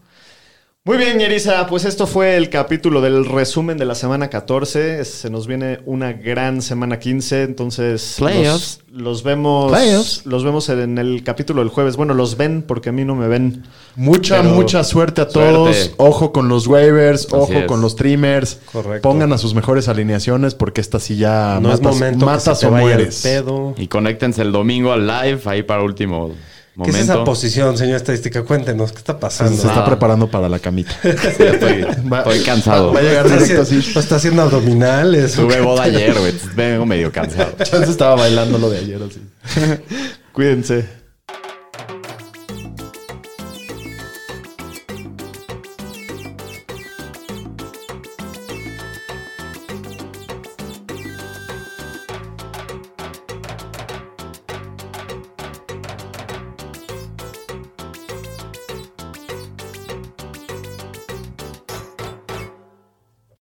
Speaker 4: Muy bien, Yerisa, pues esto fue el capítulo del resumen de la semana 14. Se nos viene una gran semana 15, entonces
Speaker 5: Playoffs.
Speaker 4: Los, los vemos
Speaker 7: Playoffs.
Speaker 4: los vemos en el capítulo del jueves. Bueno, los ven porque a mí no me ven.
Speaker 7: Mucha,
Speaker 4: Pero-
Speaker 7: mucha suerte a todos.
Speaker 5: Suerte.
Speaker 7: Ojo con los waivers, ojo
Speaker 5: es.
Speaker 7: con los trimmers.
Speaker 6: Correcto.
Speaker 7: Pongan a sus mejores alineaciones porque esta sí ya
Speaker 6: No es
Speaker 7: matas,
Speaker 6: momento que se
Speaker 7: matas
Speaker 6: te
Speaker 7: o
Speaker 6: vaya el
Speaker 7: mueres.
Speaker 6: pedo.
Speaker 5: Y conéctense el domingo al live, ahí para último
Speaker 6: ¿Qué es esa
Speaker 5: momento.
Speaker 6: posición, señor estadística? Cuéntenos, ¿qué está
Speaker 7: Se
Speaker 6: pasando?
Speaker 7: está
Speaker 5: Nada.
Speaker 7: preparando para la camita.
Speaker 5: Sí, estoy, estoy cansado.
Speaker 7: Va a llegar
Speaker 6: Está
Speaker 7: directo así.
Speaker 6: haciendo- está haciendo abdominales.
Speaker 5: Tuve boda ayer, güey. Vengo medio cansado.
Speaker 7: Chance estaba bailando lo de ayer así.
Speaker 4: Cuídense.